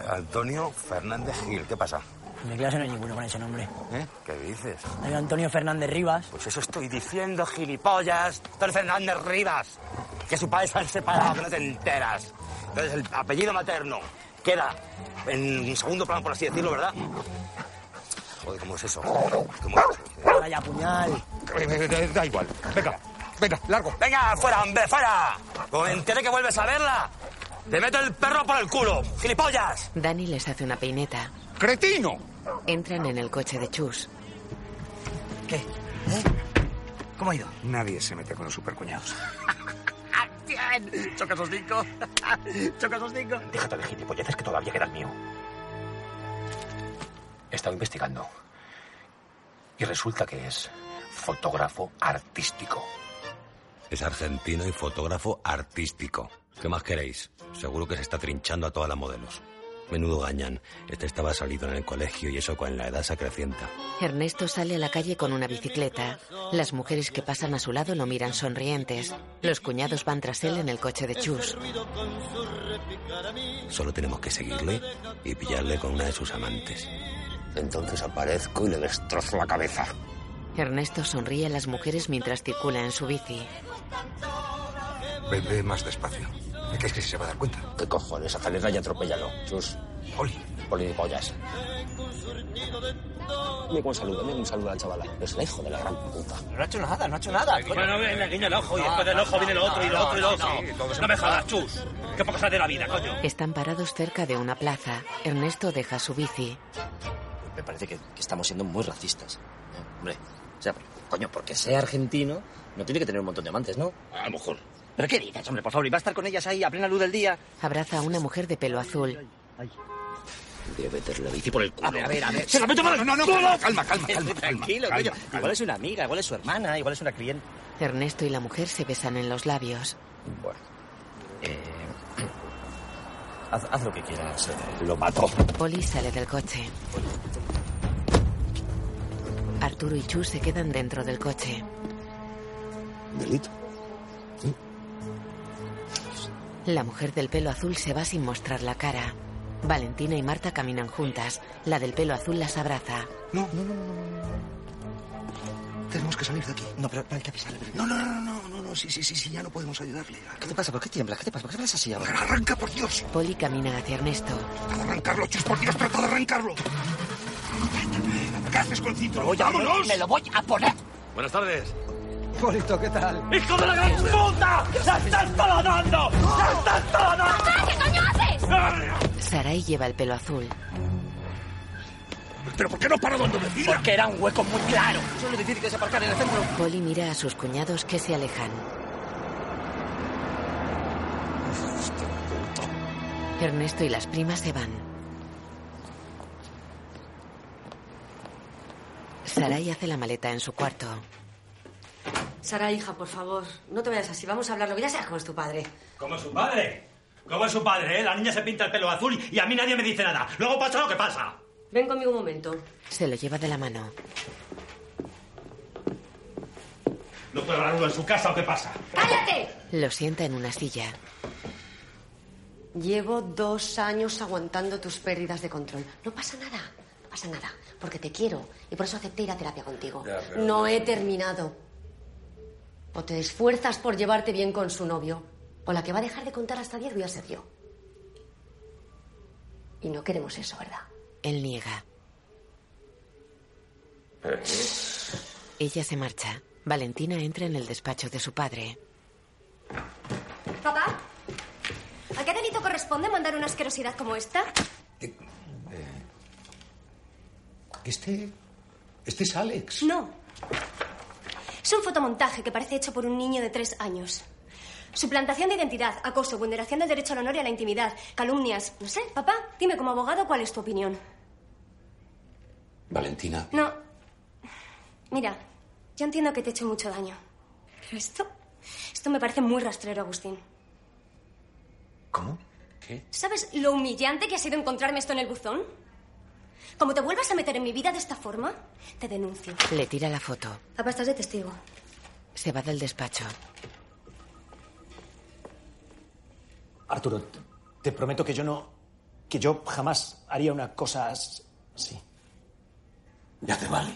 S3: Antonio Fernández Gil, ¿qué pasa?
S7: Me clase no hay ninguno con ese nombre.
S3: ¿Eh? ¿Qué dices?
S7: Hay Antonio Fernández Rivas.
S3: Pues eso estoy diciendo, gilipollas. Tú eres Fernández Rivas. Que su padre se han separado, que no te enteras. Entonces, el apellido materno queda en segundo plano, por así decirlo, ¿verdad? Joder, ¿cómo es eso? ¿Cómo es eso? Eh,
S7: Ahora ya puñal.
S3: Da igual. Venga, venga, largo. Venga, fuera, hombre, fuera. Como me enteré que vuelves a verla, te meto el perro por el culo. ¡Gilipollas!
S2: Dani les hace una peineta.
S3: ¡Cretino!
S2: Entran en el coche de Chus.
S3: ¿Cómo ha ido? Nadie se mete con los supercuñados.
S7: ¡Bien! ¡Choca esos
S5: [LAUGHS]
S7: cinco! ¡Choca esos cinco!
S3: Déjate de gilipolleces que todavía queda el mío. He estado investigando. Y resulta que es fotógrafo artístico. Es argentino y fotógrafo artístico. ¿Qué más queréis? Seguro que se está trinchando a todas las modelos. Menudo gañan. Este estaba salido en el colegio y eso con la edad se acrecienta.
S2: Ernesto sale a la calle con una bicicleta. Las mujeres que pasan a su lado lo miran sonrientes. Los cuñados van tras él en el coche de Chus.
S3: Solo tenemos que seguirle y pillarle con una de sus amantes. Entonces aparezco y le destrozo la cabeza.
S2: Ernesto sonríe a las mujeres mientras circula en su bici.
S3: Ve, ve más despacio. ¿Qué es que se va a dar cuenta? ¿Qué cojones? Acelera y atropéllalo. Chus. Poli. Polipollas. Dame un saludo, dame un saludo al chaval. Es la hijo de la gran puta.
S7: No ha hecho nada, no ha hecho nada.
S32: Bueno, venga, guiño el ojo y después del ojo viene lo otro y lo otro y lo otro. No me jodas, chus. Qué poco sabes de la vida, coño.
S2: Están parados cerca de una plaza. Ernesto deja su bici.
S5: Me parece que, que estamos siendo muy racistas. ¿eh? Hombre, o sea, coño, porque sea argentino, no tiene que tener un montón de amantes, ¿no? A lo mejor. ¿Pero qué dices, hombre? Por favor, y va a estar con ellas ahí a plena luz del día.
S2: Abraza a una mujer de pelo azul.
S33: Voy a meterle la bici por el culo.
S34: A ver, a ver, a ver.
S33: ¡Se la meto por el
S34: No, no, no,
S33: culo!
S34: calma, calma, calma, calma,
S33: Tranquilo,
S34: calma,
S33: coño.
S34: calma.
S33: Igual es una amiga, igual es su hermana, igual es una cliente.
S2: Ernesto y la mujer se besan en los labios.
S5: eh, [COUGHS]
S33: Haz, haz lo que quieras. eh, Lo mato.
S2: Polly sale del coche. Arturo y Chu se quedan dentro del coche.
S34: Delito.
S2: La mujer del pelo azul se va sin mostrar la cara. Valentina y Marta caminan juntas. La del pelo azul las abraza.
S34: No, no, no, no, no, Tenemos que salir de aquí.
S5: No, pero hay que avisarle.
S34: No, no, no, no, no, no, sí, sí, sí, sí, ya no podemos ayudarle.
S5: ¿Qué te pasa? ¿Por qué tiemblas? ¿Qué te pasa? ¿Por qué hablas así ahora?
S34: Arranca, por Dios.
S2: Polly camina hacia Ernesto.
S34: Arrancarlo, chus, por Dios, trata de arrancarlo. ¿Qué haces con Cintro? ¡Vámonos!
S5: Me lo voy a poner.
S35: Buenas tardes.
S24: Polito, ¿qué tal?
S4: ¡Hijo de la gran puta! ¡La estás taladando! ¡La estás taladando!
S9: ¿Qué coño haces?
S2: Sarai lleva el pelo azul.
S34: ¿Pero por qué no paró donde decía? Porque era un hueco muy claro.
S5: Solo decir que se aparcar en el centro.
S2: Polly mira a sus cuñados que se alejan. Ernesto y las primas se van. Sarai hace la maleta en su cuarto.
S36: Sara, hija, por favor, no te vayas así. Vamos a hablarlo. Que ya seas como es tu padre.
S4: Como su padre. Como es su padre, ¿eh? La niña se pinta el pelo azul y a mí nadie me dice nada. Luego pasa lo que pasa.
S36: Ven conmigo un momento.
S2: Se lo lleva de la mano.
S4: ¿No puede hablar uno en su casa o qué pasa?
S36: ¡Cállate!
S2: Lo sienta en una silla.
S36: Llevo dos años aguantando tus pérdidas de control. No pasa nada, no pasa nada, porque te quiero y por eso acepté ir a terapia contigo.
S34: Ya, pero-
S36: No he terminado. O te esfuerzas por llevarte bien con su novio, o la que va a dejar de contar hasta 10 voy a ser yo. Y no queremos eso, ¿verdad?
S2: Él niega. Ella se marcha. Valentina entra en el despacho de su padre.
S9: Papá, ¿a qué delito corresponde mandar una asquerosidad como esta?
S3: Eh,
S37: Este. Este es Alex.
S9: No. Es un fotomontaje que parece hecho por un niño de tres años. Suplantación de identidad, acoso, vulneración del derecho al honor y a la intimidad, calumnias. No sé, papá, dime como abogado cuál es tu opinión.
S37: Valentina.
S9: No. Mira, yo entiendo que te he hecho mucho daño. Pero esto. Esto me parece muy rastrero, Agustín.
S37: ¿Cómo? ¿Qué?
S9: ¿Sabes lo humillante que ha sido encontrarme esto en el buzón? Como te vuelvas a meter en mi vida de esta forma, te denuncio.
S2: Le tira la foto.
S9: Papá, estás de testigo.
S2: Se va del despacho.
S1: Arturo, t- te prometo que yo no. que yo jamás haría una cosa as- así.
S37: ¿Ya te vale?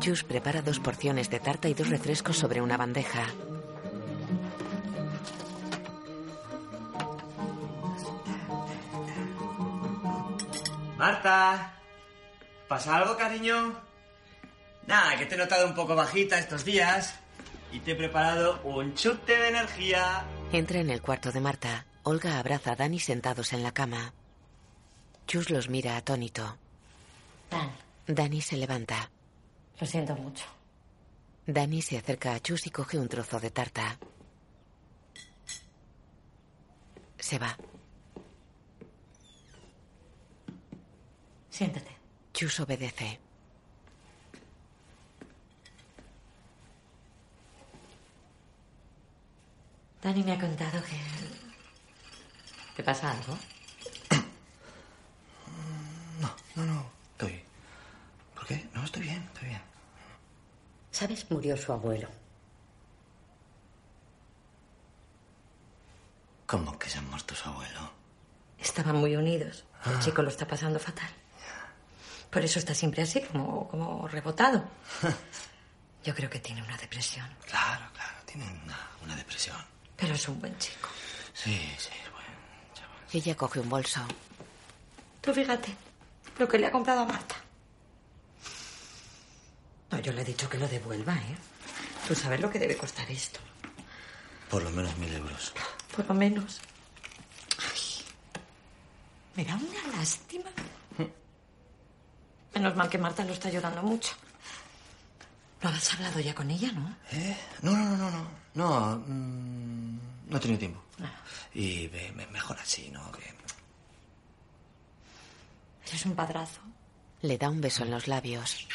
S2: Chus prepara dos porciones de tarta y dos refrescos sobre una bandeja.
S1: Marta, ¿pasa algo, cariño? Nada, que te he notado un poco bajita estos días y te he preparado un chute de energía.
S2: Entra en el cuarto de Marta. Olga abraza a Dani sentados en la cama. Chus los mira atónito.
S11: Dan.
S2: Dani se levanta.
S11: Lo siento mucho.
S2: Dani se acerca a Chus y coge un trozo de tarta. Se va.
S11: Siéntate.
S2: Chus obedece.
S11: Dani me ha contado que... ¿Te pasa algo?
S5: No, no, no. Estoy. ¿Por qué? No, estoy bien, estoy bien.
S11: ¿Sabes? Murió su abuelo.
S5: ¿Cómo que se ha muerto su abuelo?
S11: Estaban muy unidos.
S5: Ah.
S11: El chico lo está pasando fatal. Por eso está siempre así, como, como
S5: [LAUGHS]
S11: rebotado. Yo creo que tiene una depresión.
S5: Claro, claro, tiene una, una depresión.
S11: Pero es un buen chico.
S5: Sí, sí, bueno.
S2: Ella coge un bolso.
S11: Tú fíjate lo que le ha comprado a Marta. No, yo le he dicho que lo devuelva, ¿eh? Tú sabes lo que debe costar esto.
S5: Por lo menos mil euros.
S11: Por lo menos. Ay, me da una lástima. Menos mal que Marta lo está llorando mucho. ¿No has hablado ya con ella, no?
S1: ¿Eh?
S5: No, no, no, no, no. No, mm, no he tenido tiempo. Y ve- me- mejor así, ¿no? Que-
S6: Es un padrazo.
S2: Le da un beso en los labios.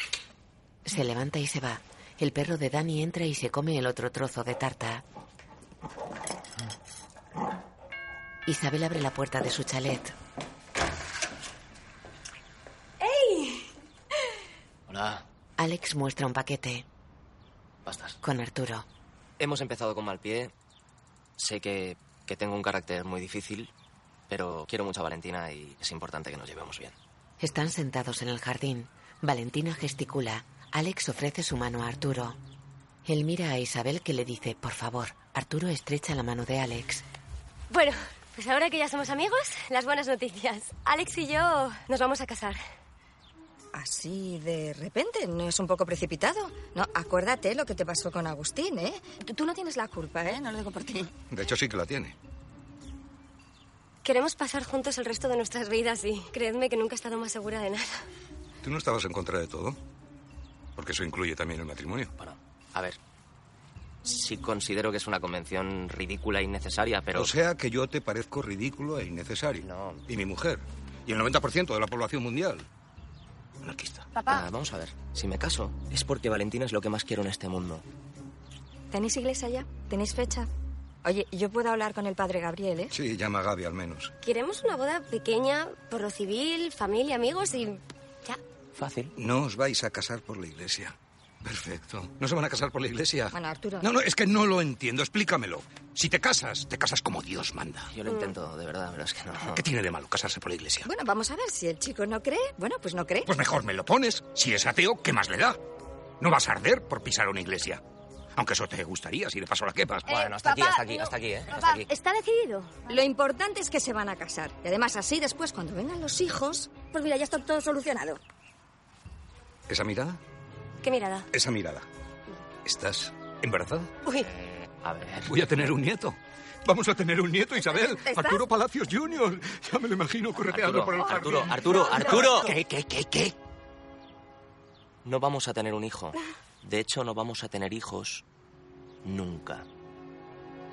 S2: Se levanta y se va. El perro de Dani entra y se come el otro trozo de tarta. Isabel abre la puerta de su chalet.
S14: ¡Ey!
S7: Hola.
S2: Alex muestra un paquete.
S7: Bastas.
S2: Con Arturo.
S7: Hemos empezado con mal pie. Sé que, que tengo un carácter muy difícil, pero quiero mucho a Valentina y es importante que nos llevemos bien.
S2: Están sentados en el jardín. Valentina gesticula. Alex ofrece su mano a Arturo. Él mira a Isabel que le dice, por favor. Arturo estrecha la mano de Alex.
S9: Bueno, pues ahora que ya somos amigos, las buenas noticias. Alex y yo nos vamos a casar.
S6: Así de repente, ¿no es un poco precipitado? No, acuérdate lo que te pasó con Agustín, ¿eh? Tú- Tú no tienes la culpa, ¿eh? No lo digo por ti.
S3: De hecho, sí que la tiene.
S9: Queremos pasar juntos el resto de nuestras vidas y creedme que nunca he estado más segura de nada.
S3: ¿Tú no estabas en contra de todo? Porque eso incluye también el matrimonio.
S7: A ver. Sí considero que es una convención ridícula e innecesaria, pero...
S3: O sea que yo te parezco ridículo e innecesario. Y mi mujer. Y el 90% de la población mundial.
S7: Anarquista.
S6: Papá.
S7: Ah, vamos a ver. Si me caso, es porque Valentina es lo que más quiero en este mundo.
S6: ¿Tenéis iglesia ya? ¿Tenéis fecha? Oye, yo puedo hablar con el padre Gabriel, ¿eh?
S3: Sí, llama a Gaby al menos.
S9: Queremos una boda pequeña, por lo civil, familia, amigos y...
S7: Fácil.
S3: No os vais a casar por la iglesia. Perfecto. No se van a casar por la iglesia.
S6: Bueno, Arturo.
S3: No, no, es que no lo entiendo. Explícamelo. Si te casas, te casas como Dios manda.
S7: Yo lo intento, de verdad, pero es que no.
S3: ¿Qué tiene de malo casarse por la iglesia?
S6: Bueno, vamos a ver si el chico no cree. Bueno, pues no cree.
S3: Pues mejor me lo pones. Si es ateo, ¿qué más le da? No vas a arder por pisar una iglesia. Aunque eso te gustaría si de paso la quepas.
S6: Eh,
S7: Bueno, hasta aquí, hasta aquí, hasta aquí, ¿eh? Hasta aquí.
S6: está decidido. Lo importante es que se van a casar. Y además, así después, cuando vengan los hijos, pues mira, ya está todo solucionado.
S3: ¿Esa mirada?
S9: ¿Qué mirada?
S3: Esa mirada. ¿Estás embarazada?
S9: Uy,
S7: A ver.
S3: Voy a tener un nieto. Vamos a tener un nieto, Isabel.
S9: ¿Estás?
S3: Arturo Palacios Jr. Ya me lo imagino correteando por el
S7: Arturo,
S3: jardín.
S7: Arturo, Arturo, Arturo.
S3: ¿Qué, qué, qué, qué?
S7: No vamos a tener un hijo.
S3: Ah.
S7: De hecho, no vamos a tener hijos nunca.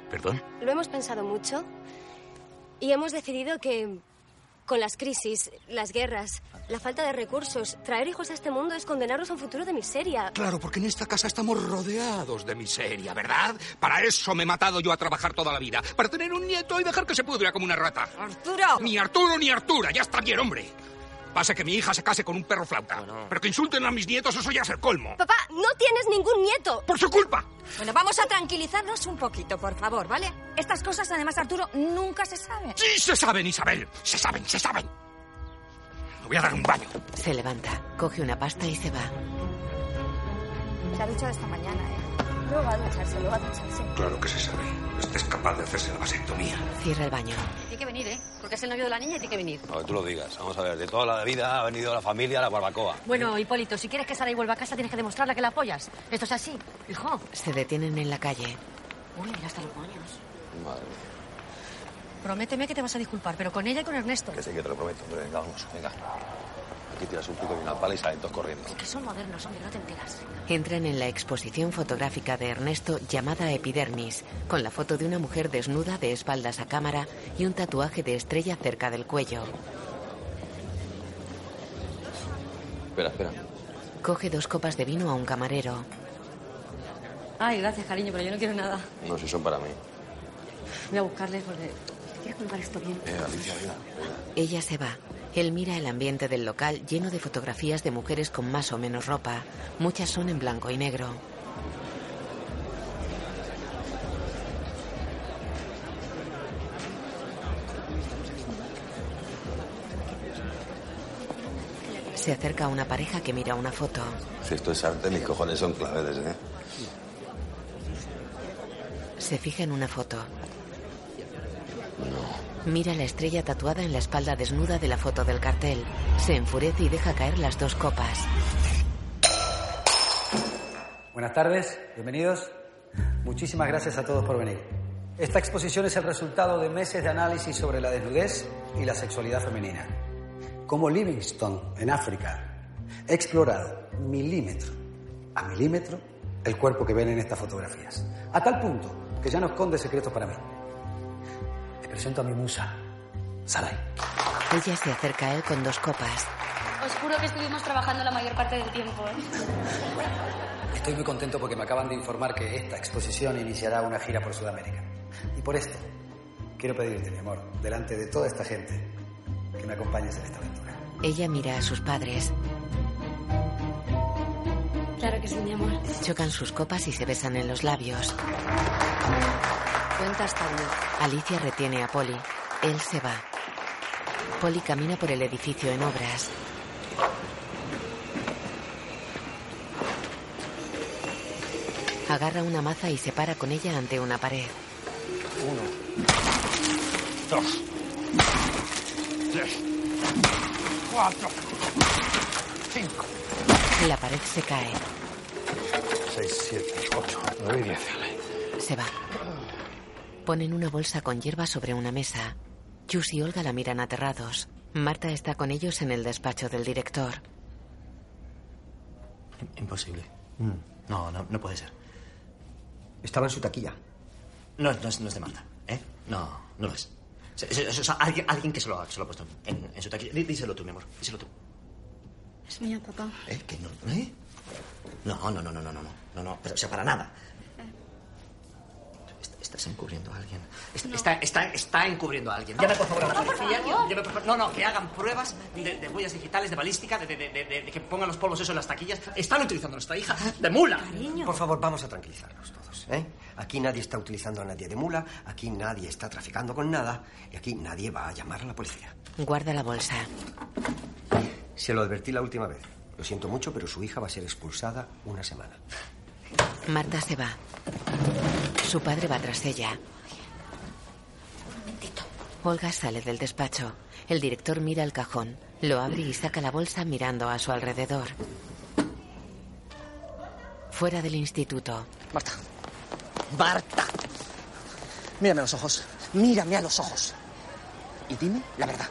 S3: ¿Perdón?
S9: Lo hemos pensado mucho y hemos decidido que con las crisis, las guerras, la falta de recursos, traer hijos a este mundo es condenarnos a un futuro de miseria.
S3: Claro, porque en esta casa estamos rodeados de miseria, ¿verdad? Para eso me he matado yo a trabajar toda la vida. Para tener un nieto y dejar que se pudra como una rata.
S6: ¡Arturo!
S3: Ni Arturo ni Artura, ya está bien, hombre. Pasa que mi hija se case con un perro flauta. Pero que insulten a mis nietos, eso ya es el colmo.
S9: Papá, no tienes ningún nieto.
S3: ¡Por su culpa!
S6: Bueno, vamos a tranquilizarnos un poquito, por favor, ¿vale? Estas cosas, además, Arturo, nunca se sabe.
S3: Sí, se saben, Isabel. Se saben, se saben. Me voy a dar un baño.
S2: Se levanta, coge una pasta y se va.
S6: Se ha dicho esta mañana, ¿eh? Luego va a ducharse, luego va a ducharse.
S3: Claro que se sabe. Este es capaz de hacerse la vasectomía.
S2: Cierra el baño.
S14: Tiene que venir, ¿eh? Porque es el novio de la niña y tiene que venir.
S38: No, que tú lo digas. Vamos a ver, de toda la vida ha venido la familia a la barbacoa.
S14: Bueno, Hipólito, si quieres que Sara y vuelva a casa, tienes que demostrarle que la apoyas. Esto es así, hijo.
S2: Se detienen en la calle.
S14: Uy, mira hasta los moños.
S38: Madre mía.
S14: Prométeme que te vas a disculpar, pero con ella y con Ernesto.
S38: Que sí, que te lo prometo. Hombre, venga, vamos, venga. Aquí tiras un pico y una pala y salen todos corriendo.
S14: Que son modernos, hombre, no te enteras.
S2: Entran en la exposición fotográfica de Ernesto llamada Epidermis, con la foto de una mujer desnuda de espaldas a cámara y un tatuaje de estrella cerca del cuello.
S38: Espera, espera.
S2: Coge dos copas de vino a un camarero.
S14: Ay, gracias, cariño, pero yo no quiero nada.
S38: No, si son para mí.
S14: Voy a buscarles porque... ¿Quieres colocar esto bien?
S38: Eh, Alicia, venga.
S2: Ella se va. Él mira el ambiente del local lleno de fotografías de mujeres con más o menos ropa. Muchas son en blanco y negro. Se acerca a una pareja que mira una foto.
S38: Si esto es arte, mis cojones son claveles, ¿eh?
S2: Se fija en una foto. Mira la estrella tatuada en la espalda desnuda de la foto del cartel. Se enfurece y deja caer las dos copas.
S24: Buenas tardes, bienvenidos. Muchísimas gracias a todos por venir. Esta exposición es el resultado de meses de análisis sobre la desnudez y la sexualidad femenina. Como Livingstone, en África, ha explorado milímetro a milímetro el cuerpo que ven en estas fotografías. A tal punto que ya no esconde secretos para mí. Te presento a mi musa, Sarai.
S2: Ella se acerca a él con dos copas.
S9: Os juro que estuvimos trabajando la mayor parte del tiempo, ¿eh?
S12: Estoy muy contento porque me acaban de informar que esta exposición iniciará una gira por Sudamérica. Y por esto, quiero pedirte, mi amor, delante de toda esta gente, que me acompañes en esta aventura.
S2: Ella mira a sus padres.
S9: Claro que sí, mi amor.
S2: Chocan sus copas y se besan en los labios.
S36: Cuenta hasta uno.
S2: Alicia retiene a Polly. Él se va. Polly camina por el edificio en obras. Agarra una maza y se para con ella ante una pared.
S5: Uno. Dos. Tres. Cuatro. Cinco.
S2: La pared se cae.
S5: Seis, siete, ocho, nueve y diez.
S2: Se va. Ponen una bolsa con hierba sobre una mesa. Chus y Olga la miran aterrados. Marta está con ellos en el despacho del director.
S5: Imposible. No, no, no puede ser. Mm. Estaba en su taquilla. No, no es, no es de Marta, ¿eh? No, no lo es. Es- es- es- es alguien, alguien que se lo ha, se lo ha puesto en, en su taquilla. Dí- Díselo tú, mi amor. Díselo tú.
S9: Es mía, papá.
S5: ¿Eh? ¿Que no? ¿Eh? No, no, no, no, no, no, no. No, no, pero, o sea, para nada. Est- Estás encubriendo a alguien. Est- Está, está, está encubriendo a alguien. Llame por favor a la
S9: No, por
S5: policía.
S9: favor.
S5: llame, por favor. No, no, que hagan pruebas de, de huellas digitales, de balística, de, de- de- de- de que pongan los polvos eso en las taquillas. Están utilizando a nuestra hija de mula.
S24: Por favor, vamos a tranquilizarnos todos. ¿eh? Aquí nadie está utilizando a nadie de mula, aquí nadie está traficando con nada y aquí nadie va a llamar a la policía.
S2: Guarda la bolsa.
S24: Se lo advertí la última vez. Lo siento mucho, pero su hija va a ser expulsada una semana.
S2: Marta se va. Su padre va tras ella. Olga sale del despacho. El director mira el cajón, lo abre y saca la bolsa mirando a su alrededor. Fuera del instituto.
S5: Marta. Marta. Mírame a los ojos. Mírame a los ojos. Y dime la verdad.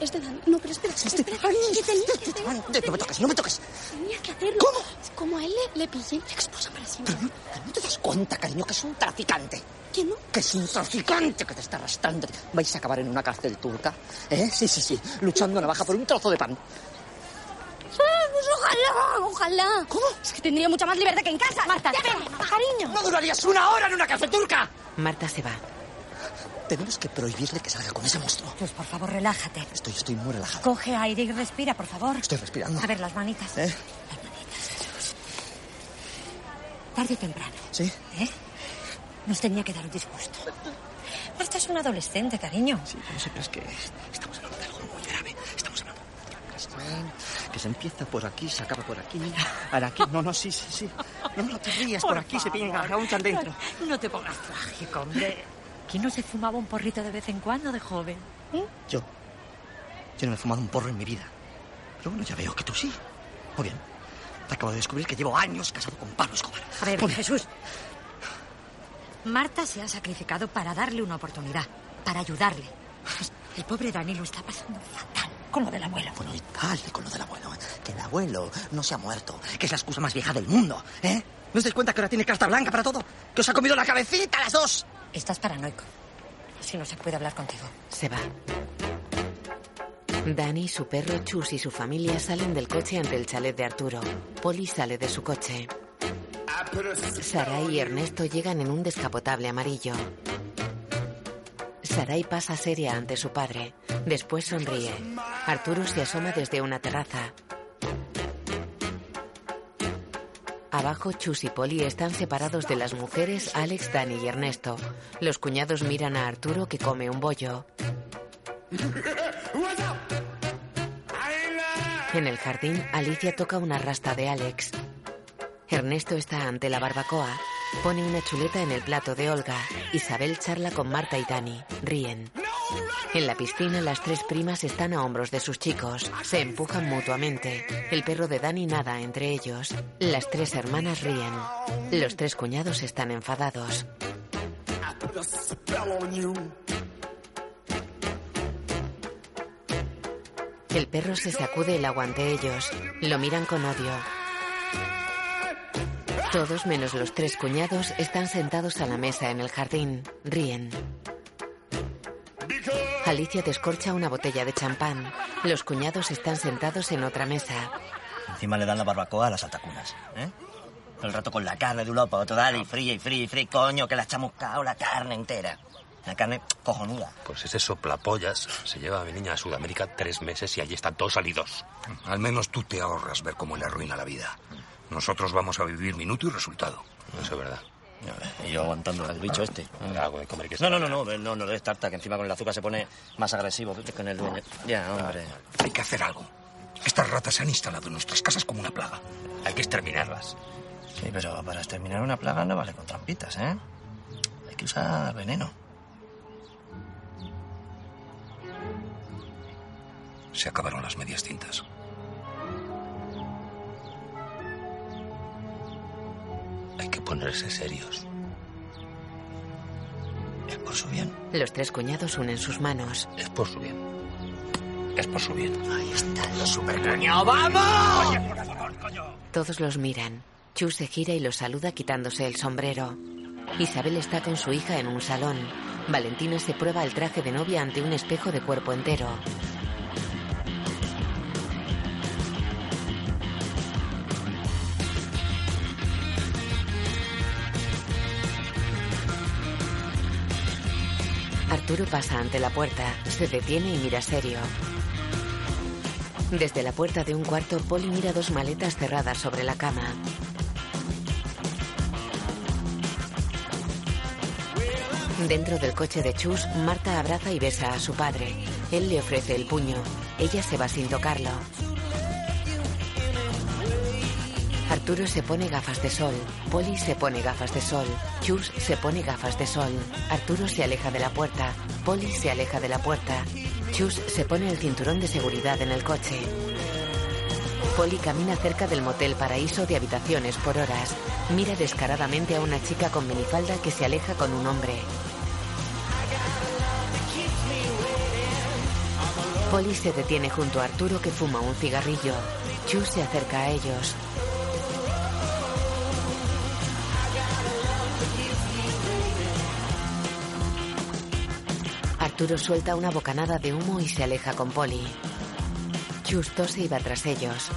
S9: Es de Dan. No, pero espera, espera. que tenía que hacer-
S5: No me toques, no me toques.
S9: Tenía que hacerlo. ¿Cómo? Como a él le, le pillé, le expuse para siempre.
S5: ¿No te das cuenta, cariño, que es un traficante?
S9: ¿Que no?
S5: Que es un traficante que te está arrastrando. Vais a acabar en una cárcel turca. ¿Eh? Sí, sí, sí. Luchando a navaja por un trozo de pan.
S9: Ah, pues ojalá, ojalá. ¿Cómo? Es que tendría mucha más libertad que en casa. Marta, espera, cariño.
S5: No durarías una hora en una cárcel turca.
S2: Marta se va.
S5: Tenemos que prohibirle que salga con ese monstruo.
S11: Pues por favor, relájate.
S5: Estoy, estoy muy relajado.
S11: Coge aire y respira, por favor.
S5: Estoy respirando.
S11: A ver, las manitas.
S5: ¿Eh?
S11: Tarde o temprano.
S5: ¿Sí?
S11: ¿Eh? Nos tenía que dar un disgusto. Marta es un adolescente, cariño.
S5: Sí, no sé, pero es que estamos hablando de algo muy grave. Estamos hablando de un castrán que se empieza por aquí, se acaba por aquí. Ahora aquí. No, no, sí, sí, sí. No, no te rías. Por,
S11: Por
S5: aquí se viene
S11: favor.
S5: aún tan dentro.
S11: No, no te pongas trágico, hombre. ¿Quién no se fumaba un porrito de vez en cuando de joven?
S5: Yo. Yo no me he fumado un porro en mi vida. Pero bueno, ya veo que tú sí. Muy bien. Te acabo de descubrir que llevo años casado con Pablo Escobar.
S11: A ver, Jesús. Marta se ha sacrificado para darle una oportunidad, para ayudarle. Pues, El pobre Dani lo está pasando fatal con lo del abuelo.
S5: Bueno, y tal, y con lo del abuelo. ¿eh? Que el abuelo no se ha muerto, que es la excusa más vieja del mundo, ¿eh? ¿No os dais cuenta que ahora tiene carta blanca para todo? ¡Que os ha comido la cabecita a las dos!
S11: Estás paranoico. Si no se puede hablar contigo.
S2: Se va. Dani, su perro, Chus y su familia salen del coche ante el chalet de Arturo. Polly sale de su coche.
S5: Ah, [LAUGHS]
S2: Sarai y Ernesto llegan en un descapotable amarillo. Sarai pasa seria ante su padre. Después sonríe. Arturo se asoma desde una terraza. Abajo, Chus y Polly están separados de las mujeres Alex, Dani y Ernesto. Los cuñados miran a Arturo que come un bollo. En el jardín, Alicia toca una rasta de Alex. Ernesto está ante la barbacoa. Pone una chuleta en el plato de Olga. Isabel charla con Marta y Dani. Ríen. En la piscina, las tres primas están a hombros de sus chicos. Se empujan mutuamente. El perro de Dani nada entre ellos. Las tres hermanas ríen. Los tres cuñados están enfadados.
S5: Ah,
S2: El perro se sacude el agua ante ellos. Lo miran con odio. Todos menos los tres cuñados están sentados a la mesa en el jardín. Ríen. Alicia descorcha una botella de champán. Los cuñados están sentados en otra mesa.
S5: Encima le dan la barbacoa a las altacunas, ¿eh? Todo El rato con la carne de un lado para otro, dale, y fría y fría y fría, coño, que la chamuscao la carne entera. La carne cojonuda.
S3: Pues ese soplapollas se lleva a mi niña a Sudamérica tres meses y allí están todos salidos. Al menos tú te ahorras ver cómo le arruina la vida. Nosotros vamos a vivir minuto y resultado. Eso es verdad.
S5: Y yo aguantando al bicho este.
S3: Algo de comer que
S5: No, no, no, no, no, no le des tarta, que encima con el azúcar se pone más agresivo con el dueño. Ya, hombre.
S3: Hay que hacer algo. Estas ratas se han instalado en nuestras casas como una plaga. Hay que exterminarlas.
S5: Sí, pero para exterminar una plaga no vale con trampitas, ¿eh? Hay que usar veneno.
S3: Se acabaron las medias tintas. Hay que ponerse serios.
S5: Es por su bien.
S2: Los tres cuñados unen sus manos.
S3: Es por su bien. Es por su bien.
S5: Ahí están los
S3: supercuñados.
S5: ¡Vamos!
S2: Todos los miran. Chu se gira y los saluda quitándose el sombrero. Isabel está con su hija en un salón. Valentina se prueba el traje de novia ante un espejo de cuerpo entero. Arturo pasa ante la puerta, se detiene y mira serio. Desde la puerta de un cuarto, Polly mira dos maletas cerradas sobre la cama. Dentro del coche de Chus, Marta abraza y besa a su padre. Él le ofrece el puño. Ella se va sin tocarlo. Arturo se pone gafas de sol. Polly se pone gafas de sol. Chus se pone gafas de sol. Arturo se aleja de la puerta. Polly se aleja de la puerta. Chus se pone el cinturón de seguridad en el coche. Polly camina cerca del motel paraíso de habitaciones por horas. Mira descaradamente a una chica con minifalda que se aleja con un hombre. Polly se detiene junto a Arturo que fuma un cigarrillo. Chus se acerca a ellos. Arturo suelta una bocanada de humo y se aleja con Polly. Justo se iba tras ellos.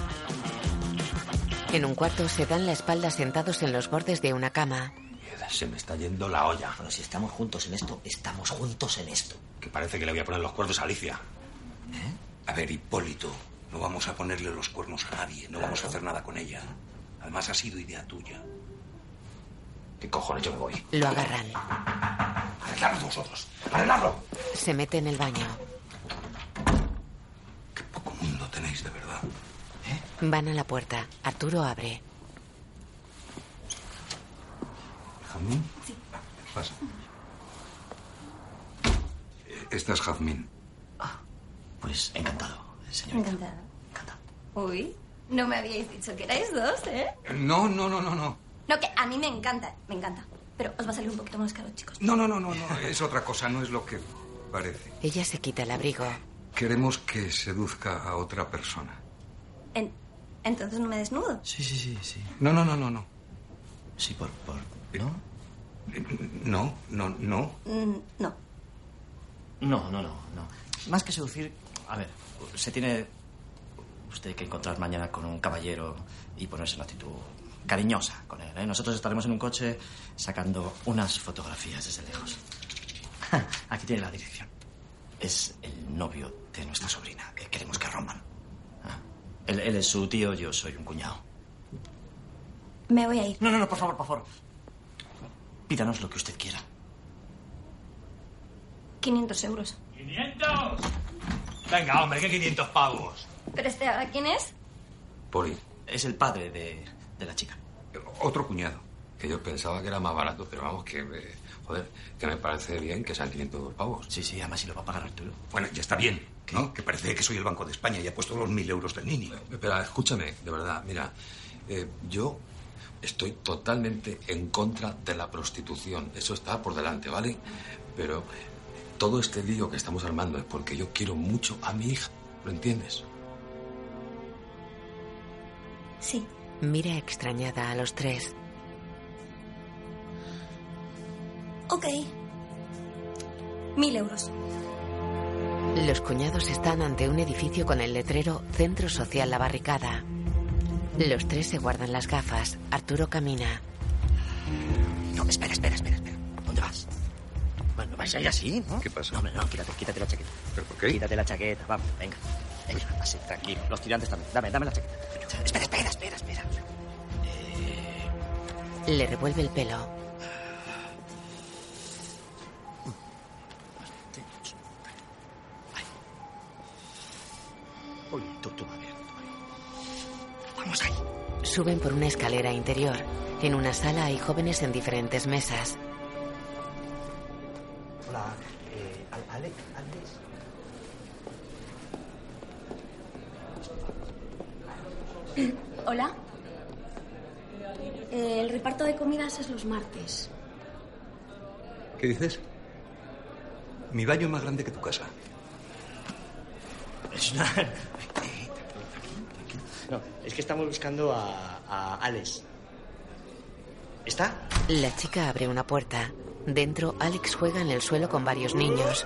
S2: En un cuarto se dan la espalda sentados en los bordes de una cama.
S3: Se me está yendo la olla.
S5: Pero si estamos juntos en esto, estamos juntos en esto.
S3: Que parece que le voy a poner los cuernos a Alicia.
S5: ¿Eh?
S3: A ver, Hipólito, no vamos a ponerle los cuernos a nadie. No vamos a hacer nada con ella. Además, ha sido idea tuya. ¿Qué cojones? Yo me voy.
S2: Lo agarran.
S3: Arreglarlo vosotros. Arreglarlo.
S2: Se mete en el baño.
S3: Lo tenéis de verdad. ¿Eh?
S2: Van a la puerta. Arturo abre.
S3: ¿Jazmín? Sí. Pasa. Eh, Esta es Jazmín.
S5: Ah, Pues encantado, señor.
S9: Encantada. Uy, no me habíais dicho que erais dos, ¿eh?
S3: No, no, no, no, no.
S9: No, que a mí me encanta, me encanta. Pero os va a salir un poquito más caro, chicos.
S3: No, no, no, no, no. Es otra cosa, no es lo que parece.
S2: Ella se quita el abrigo.
S3: Queremos que seduzca a otra persona.
S9: En- Entonces no me desnudo.
S5: Sí, sí, sí, sí.
S3: No, no, no, no, no.
S5: Sí, por. por ¿No?
S3: Eh, No, no, no.
S9: Mm, no.
S5: No, no, no, no. Más que seducir, a ver, se tiene usted que encontrar mañana con un caballero y ponerse en actitud cariñosa con él. ¿eh? Nosotros estaremos en un coche sacando unas fotografías desde lejos. [LAUGHS] Aquí tiene la dirección. Es el novio de nuestra sobrina. que Queremos que rompan. Ah, Él, él es su tío, yo soy un cuñado.
S9: Me voy a ir.
S5: No, no, no, por favor, por favor. Pídanos lo que usted quiera.
S9: 500 euros.
S4: ¡500! Venga, hombre, que 500 pavos.
S9: ¿Pero este ahora quién [COUGHS] es?
S3: Poli.
S5: Es el padre de, de la chica.
S3: Otro cuñado. Que yo pensaba que era más barato, pero vamos, que. eh, joder, que me parece bien que sean 500 pavos.
S5: Sí, sí, además si lo va a pagar Arturo.
S3: Bueno, ya está bien, ¿no? Que parece que soy el Banco de España y ha puesto los mil euros del
S5: Eh,
S3: niño. Espera, escúchame, de verdad, mira, eh, yo estoy totalmente en contra de la prostitución. Eso está por delante, ¿vale? Pero todo este lío que estamos armando es porque yo quiero mucho a mi hija, ¿lo entiendes?
S9: Sí.
S2: Mira extrañada a los tres.
S9: Ok. Mil euros.
S2: Los cuñados están ante un edificio con el letrero Centro Social La Barricada. Los tres se guardan las gafas. Arturo camina.
S5: No, espera, espera, espera, espera. ¿Dónde vas? Bueno, vais a ir así, ¿no?
S39: ¿Qué pasa?
S5: No, hombre, no, quítate, quítate la chaqueta.
S39: ¿Pero por qué?
S5: Quítate la chaqueta, vamos, venga. Venga, así, tranquilo. Los tirantes también. Dame, dame la chaqueta. Espera, espera, espera, espera.
S2: Le revuelve el pelo.
S5: Uy, tú, tú, va bien. Vamos ahí.
S2: Suben por una escalera interior. En una sala hay jóvenes en diferentes mesas.
S5: Hola, eh, Al- Ale- Alex.
S9: Hola. Eh, el reparto de comidas es los martes.
S39: ¿Qué dices? Mi baño es más grande que tu casa.
S5: Es una... [LAUGHS] No, es que estamos buscando a, a Alex. ¿Está?
S2: La chica abre una puerta. Dentro, Alex juega en el suelo con varios niños.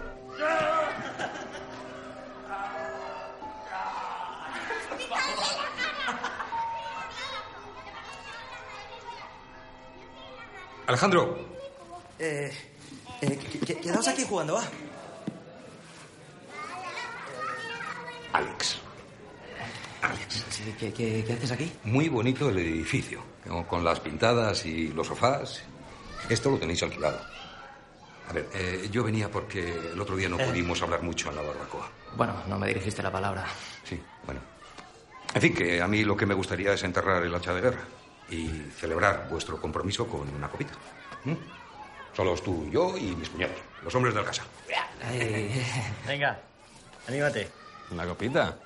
S39: Alejandro,
S5: Eh, eh, que- que- quedaos aquí jugando, ¿va?
S39: Alex.
S5: Alex. ¿Qué, qué- qué haces aquí?
S3: Muy bonito el edificio, con- con las pintadas y los sofás. Esto lo tenéis alquilado. A ver, eh, yo venía porque el otro día no
S7: Eh.
S3: pudimos hablar mucho en la barbacoa.
S7: Bueno, no me dirigiste la palabra.
S3: Sí, bueno. En fin, que a mí lo que me gustaría es enterrar el hacha de guerra y celebrar vuestro compromiso con una copita. ¿Mm? Solos tú, yo y mis cuñados, los hombres de la casa.
S5: Venga, anímate.
S3: ¿Una copita?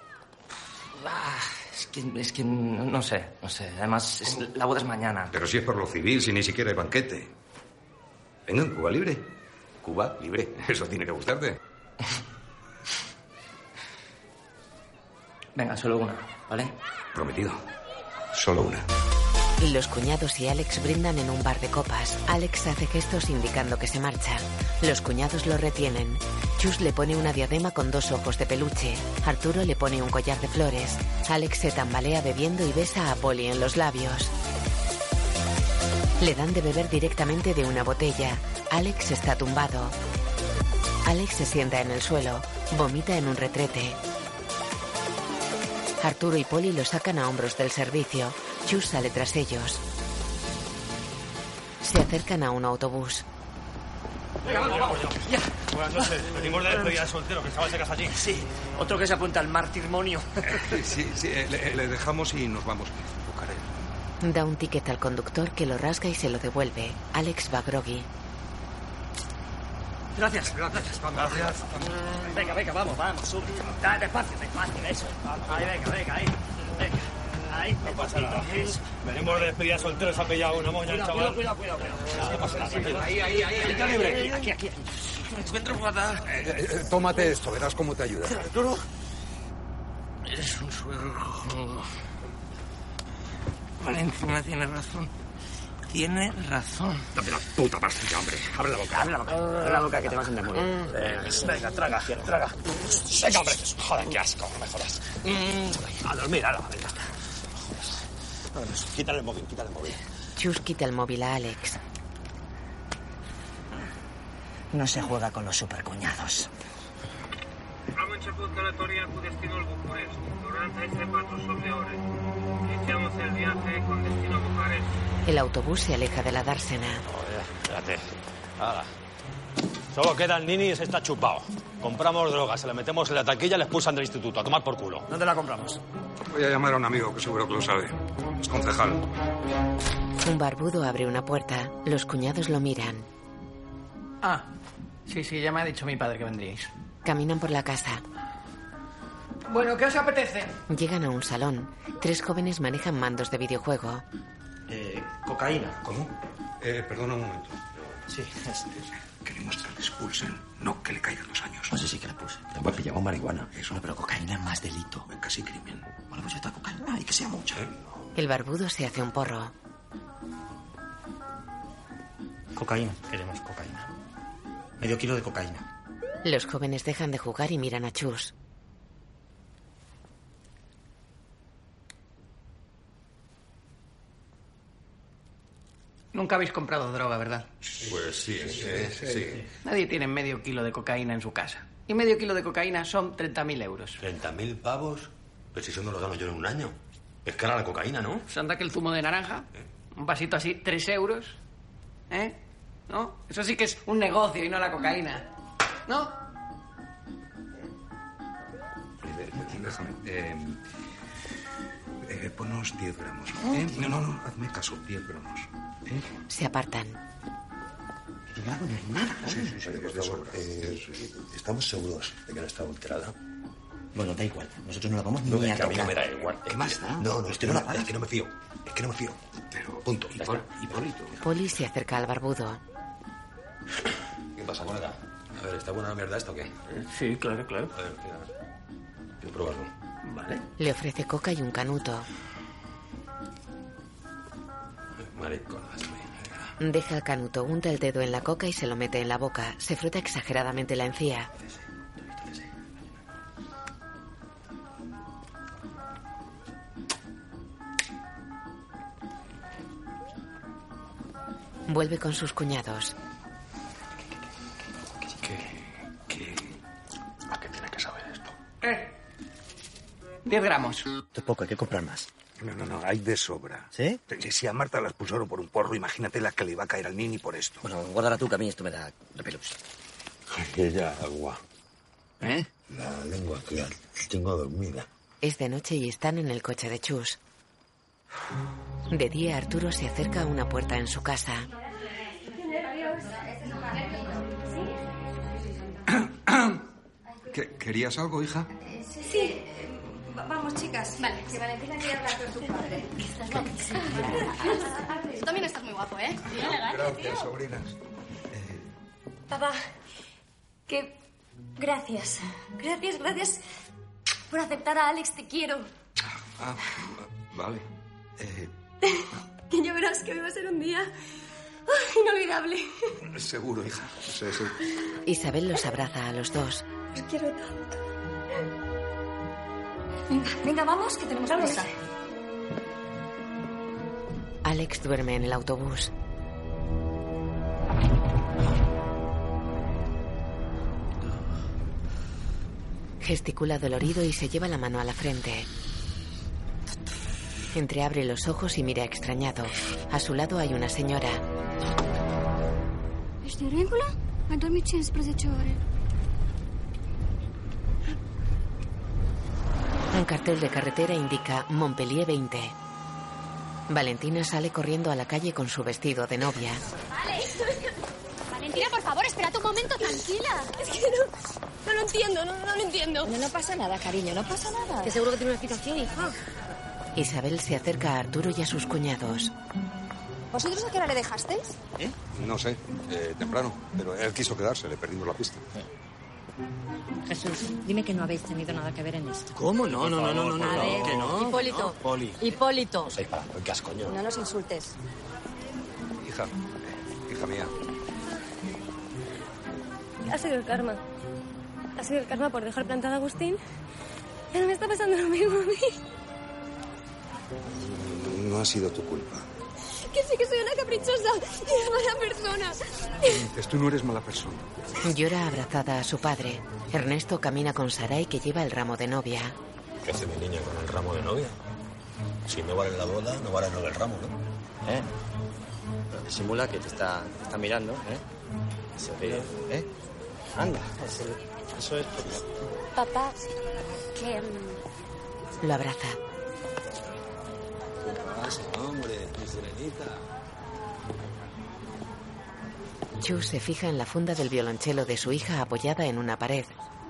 S7: Ah, Es que, es que no, no sé, no sé. Además, es- la boda es mañana.
S3: Pero si es por lo civil, si ni siquiera hay banquete. Venga, Cuba libre. Cuba libre, [LAUGHS] eso tiene que gustarte.
S7: Venga, solo una, ¿vale?
S3: Prometido. Solo una.
S2: Los cuñados y Alex brindan en un bar de copas. Alex hace gestos indicando que se marcha. Los cuñados lo retienen. Chus le pone una diadema con dos ojos de peluche. Arturo le pone un collar de flores. Alex se tambalea bebiendo y besa a Polly en los labios. Le dan de beber directamente de una botella. Alex está tumbado. Alex se sienta en el suelo. Vomita en un retrete. Arturo y Polly lo sacan a hombros del servicio. Chus sale tras ellos. Se acercan a un autobús.
S4: Venga, vamos, vamos. Ya. Buenas noches. Venimos de despedida de soltero, que estaba de casa allí. Sí. Otro que se apunta al martirmonio.
S39: Sí, sí, eh, le, le dejamos y nos vamos. Buscaré.
S2: Da un ticket al conductor que lo rasga y se lo devuelve. Alex va groggy.
S4: Gracias, gracias. Gracias. Venga, venga, vamos, vamos, sube. Da- Despacio, despacio, eso. Ahí, venga, venga, ahí. Venga, ahí. No pasa nada. [LAUGHS] Venimos de despedida de soltero, se ha pillado una moña el
S5: Cuidado,
S4: chaval.
S5: cuidado,
S4: cuidado, cuidado. No pasa nada, tranquilo.
S5: Ahí, ahí, ahí, Eh, ahí.
S4: Está libre.
S5: Aquí, aquí,
S4: Me encuentro fatal.
S39: Eh, tómate esto, verás cómo te ayuda.
S4: Arturo. Eres un suegro cojonudo. Valencia tiene razón. Tiene razón.
S5: Dame la puta pastilla, hombre. Abre la boca, abre la boca. Abre la boca que te vas a sentar muy
S3: Mm.
S5: bien. Eh,
S4: Venga, traga, traga.
S5: Venga, hombre. Joder, qué asco, no me jodas.
S3: Mm.
S5: A dormir, ala, venga. Joder, Quítale el móvil, quítale el móvil.
S2: Chus quita el móvil a Alex.
S5: No se juega con los supercuñados.
S2: El autobús se aleja de la dársena.
S35: Espérate. Ahora. Solo queda el nini y se está chupado. Compramos drogas, se la metemos en la taquilla y la expulsan del instituto. A tomar por culo.
S5: ¿Dónde la compramos?
S39: Voy a llamar a un amigo que seguro que lo sabe. Es concejal.
S2: Un barbudo abre una puerta. Los cuñados lo miran.
S40: Ah, sí, sí, ya me ha dicho mi padre que vendríais.
S2: Caminan por la casa.
S40: Bueno, ¿qué os apetece?
S2: Llegan a un salón. Tres jóvenes manejan mandos de videojuego.
S5: Eh, cocaína.
S39: ¿Cómo? Eh, perdona un momento.
S5: Sí,
S39: Queremos que la expulsen, no que le caigan los años.
S5: No sé si que la puse.
S39: Tampoco pillamos marihuana. Eso.
S5: pero cocaína es más delito.
S39: Casi crimen.
S5: Bueno, pues esta cocaína y que sea mucha.
S3: Eh,
S2: El barbudo se hace un porro.
S5: Cocaína. Queremos cocaína. Medio kilo de cocaína.
S2: Los jóvenes dejan de jugar y miran a Chus.
S7: Nunca habéis comprado droga, ¿verdad?
S3: Pues sí, sí, sí.
S7: Nadie tiene medio kilo de cocaína en su casa. Y medio kilo de cocaína son 30.000 euros.
S3: ¿30.000 pavos? Pero si eso no lo gano yo en un año. Es cara la cocaína, ¿no?
S7: ¿Se anda que el zumo de naranja? Un vasito así, 3 euros. ¿Eh? ¿No? Eso sí que es un negocio y no la cocaína. ¿No?
S41: Déjame. Eh, eh, ponos 10 gramos.
S5: Oh,
S41: ¿eh? No, no, no, hazme caso, 10 gramos.
S2: Se apartan.
S3: Sí, sí, sí. Por favor, eh, ¿estamos seguros de que no está adulterada?
S5: Bueno, da igual. Nosotros no la vamos ni
S3: es
S5: a
S3: que a mí no
S5: tocar.
S3: me da igual. ¿Qué más da? No, no, es que no, me- es que no me fío. Es que no me fío. Pero, punto. Hipólito.
S2: Poli se acerca al barbudo.
S3: ¿Qué pasa, moneda? A ver, ¿está buena la mierda esto o qué?
S7: Sí, claro, claro.
S3: A ver, mira. Quiero probarlo. Vale.
S2: Le ofrece coca y un canuto.
S3: Mariconas.
S2: Deja el canuto, unta el dedo en la coca y se lo mete en la boca. Se frota exageradamente la encía. Vuelve con sus cuñados.
S3: ¿A qué tiene que saber esto?
S7: ¿Eh? 10 gramos.
S14: Esto es poco, hay que comprar más. No, no, no, hay de sobra. ¿Sí? Si a Marta las pusieron por un porro, imagínate la que le va a caer al nini por esto. Bueno, guárdala tú, que a mí esto me da repelús.
S3: Aquella agua.
S2: ¿Eh?
S3: La lengua que la tengo dormida.
S2: Es de noche y están en el coche de Chus. De día, Arturo se acerca a una puerta en su casa.
S41: ¿Que- ¿Querías algo, hija?
S6: Sí. Vamos, chicas. Vale, que Valentina quiere hablar con su padre.
S9: Tú también estás muy guapo, ¿eh?
S14: Gracias, sobrinas.
S6: Papá, que gracias. Gracias, gracias por aceptar a Alex, te quiero.
S9: [LAUGHS]
S41: Ah, vale.
S6: Que ya verás que hoy va a ser un día ah, inolvidable.
S41: Seguro, hija. Sí, sí.
S2: Isabel los abraza a los dos.
S6: Os quiero tanto. Venga, venga, vamos, que tenemos prisa.
S2: Alex duerme en el autobús. Gesticula dolorido y se lleva la mano a la frente. Entreabre los ojos y mira extrañado. A su lado hay una señora.
S42: Știringula? Mai dormit 15 ore.
S2: Un cartel de carretera indica Montpellier 20. Valentina sale corriendo a la calle con su vestido de novia.
S9: Vale. Valentina, por favor, espérate un momento, tranquila. Es que no, no lo entiendo, no, no lo entiendo. No, no pasa nada, cariño, no pasa nada. Que seguro que tiene una explicación, hija.
S2: Isabel se acerca a Arturo y a sus cuñados.
S6: ¿Vosotros a qué hora le dejasteis?
S41: No sé, eh, temprano, pero él quiso quedarse, le perdimos la pista.
S11: Jesús, dime que no habéis tenido nada que ver en esto.
S5: ¿Cómo? No, no, no, no, no,
S11: A ver,
S5: no, que no.
S11: Hipólito.
S5: No, Poli.
S11: Hipólito.
S5: Soy para, ¿qué has coño?
S43: No nos insultes.
S41: Hija, eh, hija mía.
S9: Ha sido el karma. Ha sido el karma por dejar plantado a Agustín. Pero me está pasando lo mismo a mí.
S41: No ha sido tu culpa.
S9: Que sí que soy una caprichosa y una mala persona.
S41: Dices, tú no eres mala persona.
S2: Llora abrazada a su padre. Ernesto camina con Sarai que lleva el ramo de novia.
S3: ¿Qué hace mi niña con el ramo de novia? Si no vale la boda, no vale lo del ramo, ¿no?
S5: ¿Eh? Simula que te está, te está mirando, ¿eh? Se ríe, ¿eh? Anda. Eso, eso es
S9: Papá, que...
S2: Lo abraza.
S5: hombre, mi sirenita.
S2: Chu se fija en la funda del violonchelo de su hija apoyada en una pared.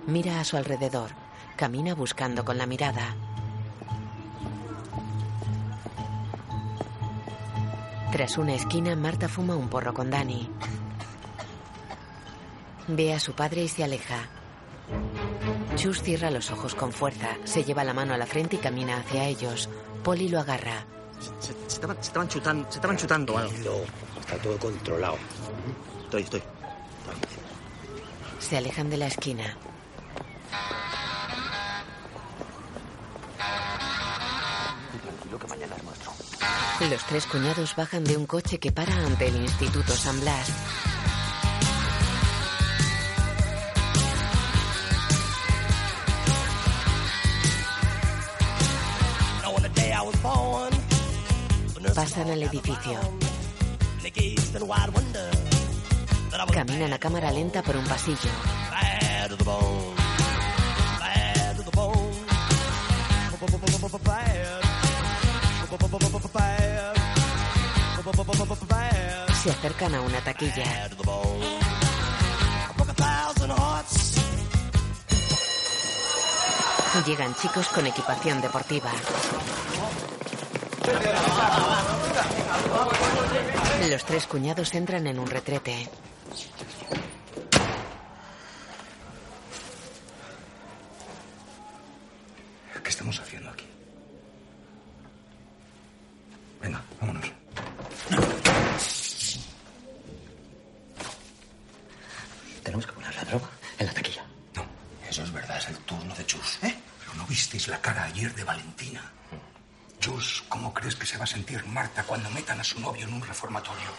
S2: Mira a su alrededor. Camina buscando con la mirada. Tras una esquina, Marta fuma un porro con Dani. Ve a su padre y se aleja. Chus cierra los ojos con fuerza, se lleva la mano a la frente y camina hacia ellos. Polly lo agarra.
S5: Se, se estaban, se estaban chutando, se estaban chutando algo. Está todo controlado. Estoy, estoy.
S2: Se alejan de la esquina.
S3: Tranquilo que mañana es nuestro.
S2: Los tres cuñados bajan de un coche que para ante el Instituto San Blas.
S7: Know on the day I was born,
S2: Pasan al edificio.
S7: they gazed in wide wonder that I was
S2: Caminan a cámara lenta por un pasillo.
S7: bad to the bone, bad to the bone, bad, bad
S2: Se acercan a una taquilla.
S7: to the bone. I broke a thousand hearts.
S2: Llegan chicos con equipación deportiva. Los tres cuñados entran en un retrete.
S3: ¿Qué estamos haciendo aquí? Venga, vámonos.
S5: Tenemos que poner la droga en la taquilla.
S3: Eso es verdad, es el turno de Chus. ¿Eh? Pero no visteis la cara ayer de Valentina. Chus, ¿cómo crees que se va a sentir Marta cuando metan a su novio en un reformatorio?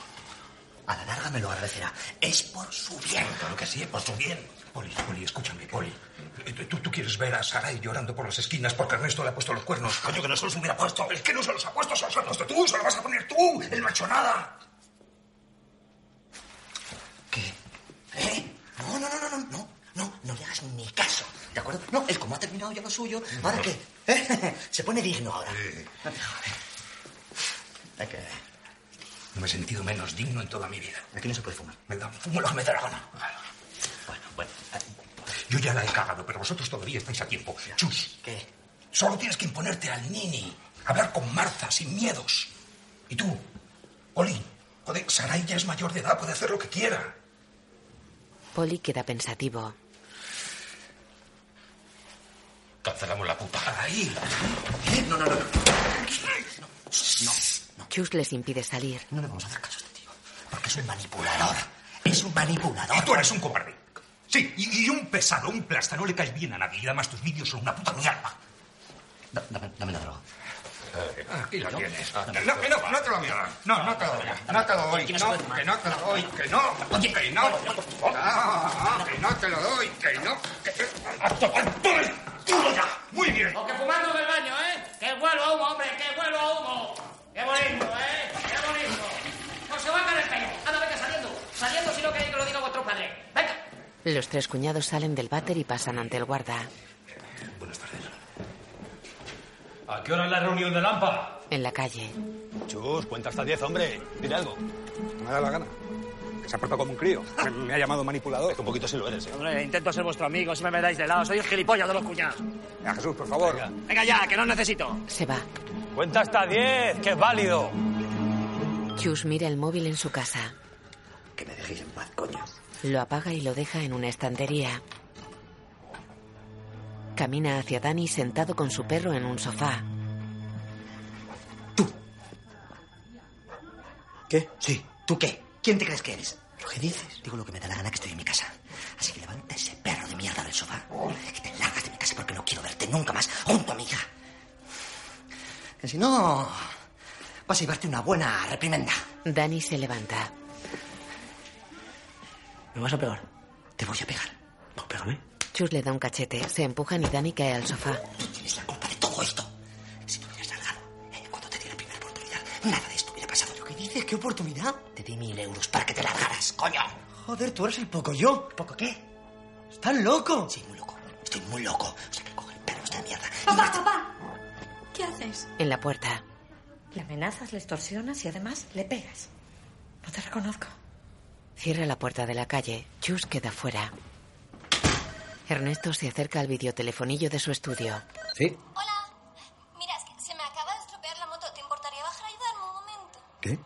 S3: A la larga me lo agradecerá. Es por su bien. Claro que sí, es por su bien. Poli, Poli, escúchame, Poli. Eh, ¿Tú, tú quieres ver a Sarai llorando por las esquinas porque Ernesto le ha puesto los cuernos? Coño, que no se los hubiera puesto. El que no se los ha puesto se los has puesto tú. Se los vas a poner tú. Él no ha hecho nada.
S5: No, no, no, no, no, no, no, no le hagas ni caso. ¿De acuerdo? No, él como ha terminado ya lo suyo, ¿ahora qué? [LAUGHS] ¿Eh? Se pone digno ahora.
S3: Hay que... No me he sentido menos digno en toda mi vida. Aquí no se puede fumar. Me da, fumo lo que me da la gana. Bueno, bueno. Yo ya la he cagado, pero vosotros todavía estáis a tiempo. Chus. ¿Qué? Solo tienes que imponerte al Nini. Hablar con Marta sin miedos. Y tú, Oli, joder, Sarai ya es mayor de edad, puede hacer lo que quiera.
S2: Polly queda pensativo.
S3: Cancelamos la puta. Ahí. ¿Eh? No, no, no. no.
S2: Chus les impide salir.
S5: No le vamos a hacer caso a este tío, porque es un manipulador. Es un manipulador.
S3: Y tú eres un cobarde. Sí, y, y un pesado, un plasta. No le caes bien a nadie. Y además tus vídeos son una puta mierda. Eh,
S5: Dame, dame la droga.
S3: Aquí la
S5: ¿No?
S3: tienes.
S5: Ah,
S3: No, que no, no te lo doy. No, no te lo doy. No te lo doy.
S5: Que no se
S3: No,
S5: puede fumar.
S3: que no te lo doy. Que no. Que no. Ah, Que no te lo doy. Que no. que- A tomar por el culo ya. Muy bien.
S14: O que fumando del baño, ¿eh? Que vuelo a humo, hombre, que vuelo a humo. Qué bonito, ¿eh? Qué bonito. Pues se va a caer el pelo. Anda, venga, saliendo. Saliendo si no queréis que lo diga vuestro padre. Venga.
S2: Los tres cuñados salen del váter y pasan ante el guarda.
S44: ¿A qué hora es la reunión de Lampa?
S2: En la calle,
S44: Chus, cuenta hasta 10, hombre. Dile algo.
S3: Me da la gana. Que se ha portado como un crío. Me, me ha llamado manipulador. Es que un poquito sí lo eres, ¿eh?
S14: Hombre, intento ser vuestro amigo, si me me dais de lado. Soy el gilipollas de los cuñados.
S3: Ya, Jesús, por favor.
S14: Venga ya, que no os necesito.
S2: se va.
S44: Cuenta hasta 10, que es válido.
S2: Chus mira el móvil en su casa.
S5: Que me dejéis en paz, coño.
S2: Lo apaga y lo deja en una estantería. Camina hacia Dani sentado con su perro en un sofá.
S5: ¿Qué? Sí. ¿Tú qué? ¿Quién te crees que eres? ¿Lo que dices? Digo lo que me da la gana que estoy en mi casa. Así que levanta ese perro de mierda del sofá y te largas de mi casa porque no quiero verte nunca más junto a mi hija. Que si no, Oh, vas a llevarte una buena reprimenda.
S2: Dani se levanta.
S5: ¿Me vas a pegar? Te voy a pegar. No, pégame.
S2: Chus le da un cachete, se empujan y Dani cae al sofá.
S5: Tienes la culpa de todo esto. Si te hubieras largado, eh, cuando te di la primera oportunidad, nada de esto hubiera pasado. ¿Lo que dices? ¿Qué oportunidad? Te di mil euros para que te largaras, coño. Joder, tú eres el poco yo. ¿Poco qué? ¿Estás loco? Sí, muy loco. Estoy muy loco. O sea, que coge el perro esta mierda.
S11: ¡Papá, papá! ¿Qué haces?
S2: En la puerta,
S11: Le amenazas, le extorsionas y además le pegas. No te reconozco.
S2: cierra la puerta de la calle. Chus queda fuera. Ernesto se acerca al videotelefonillo de su estudio.
S24: Sí.
S6: Mira, es que se me acaba de estropear la moto. ¿Te importaría bajar a ayudarme un momento?
S24: ¿Qué?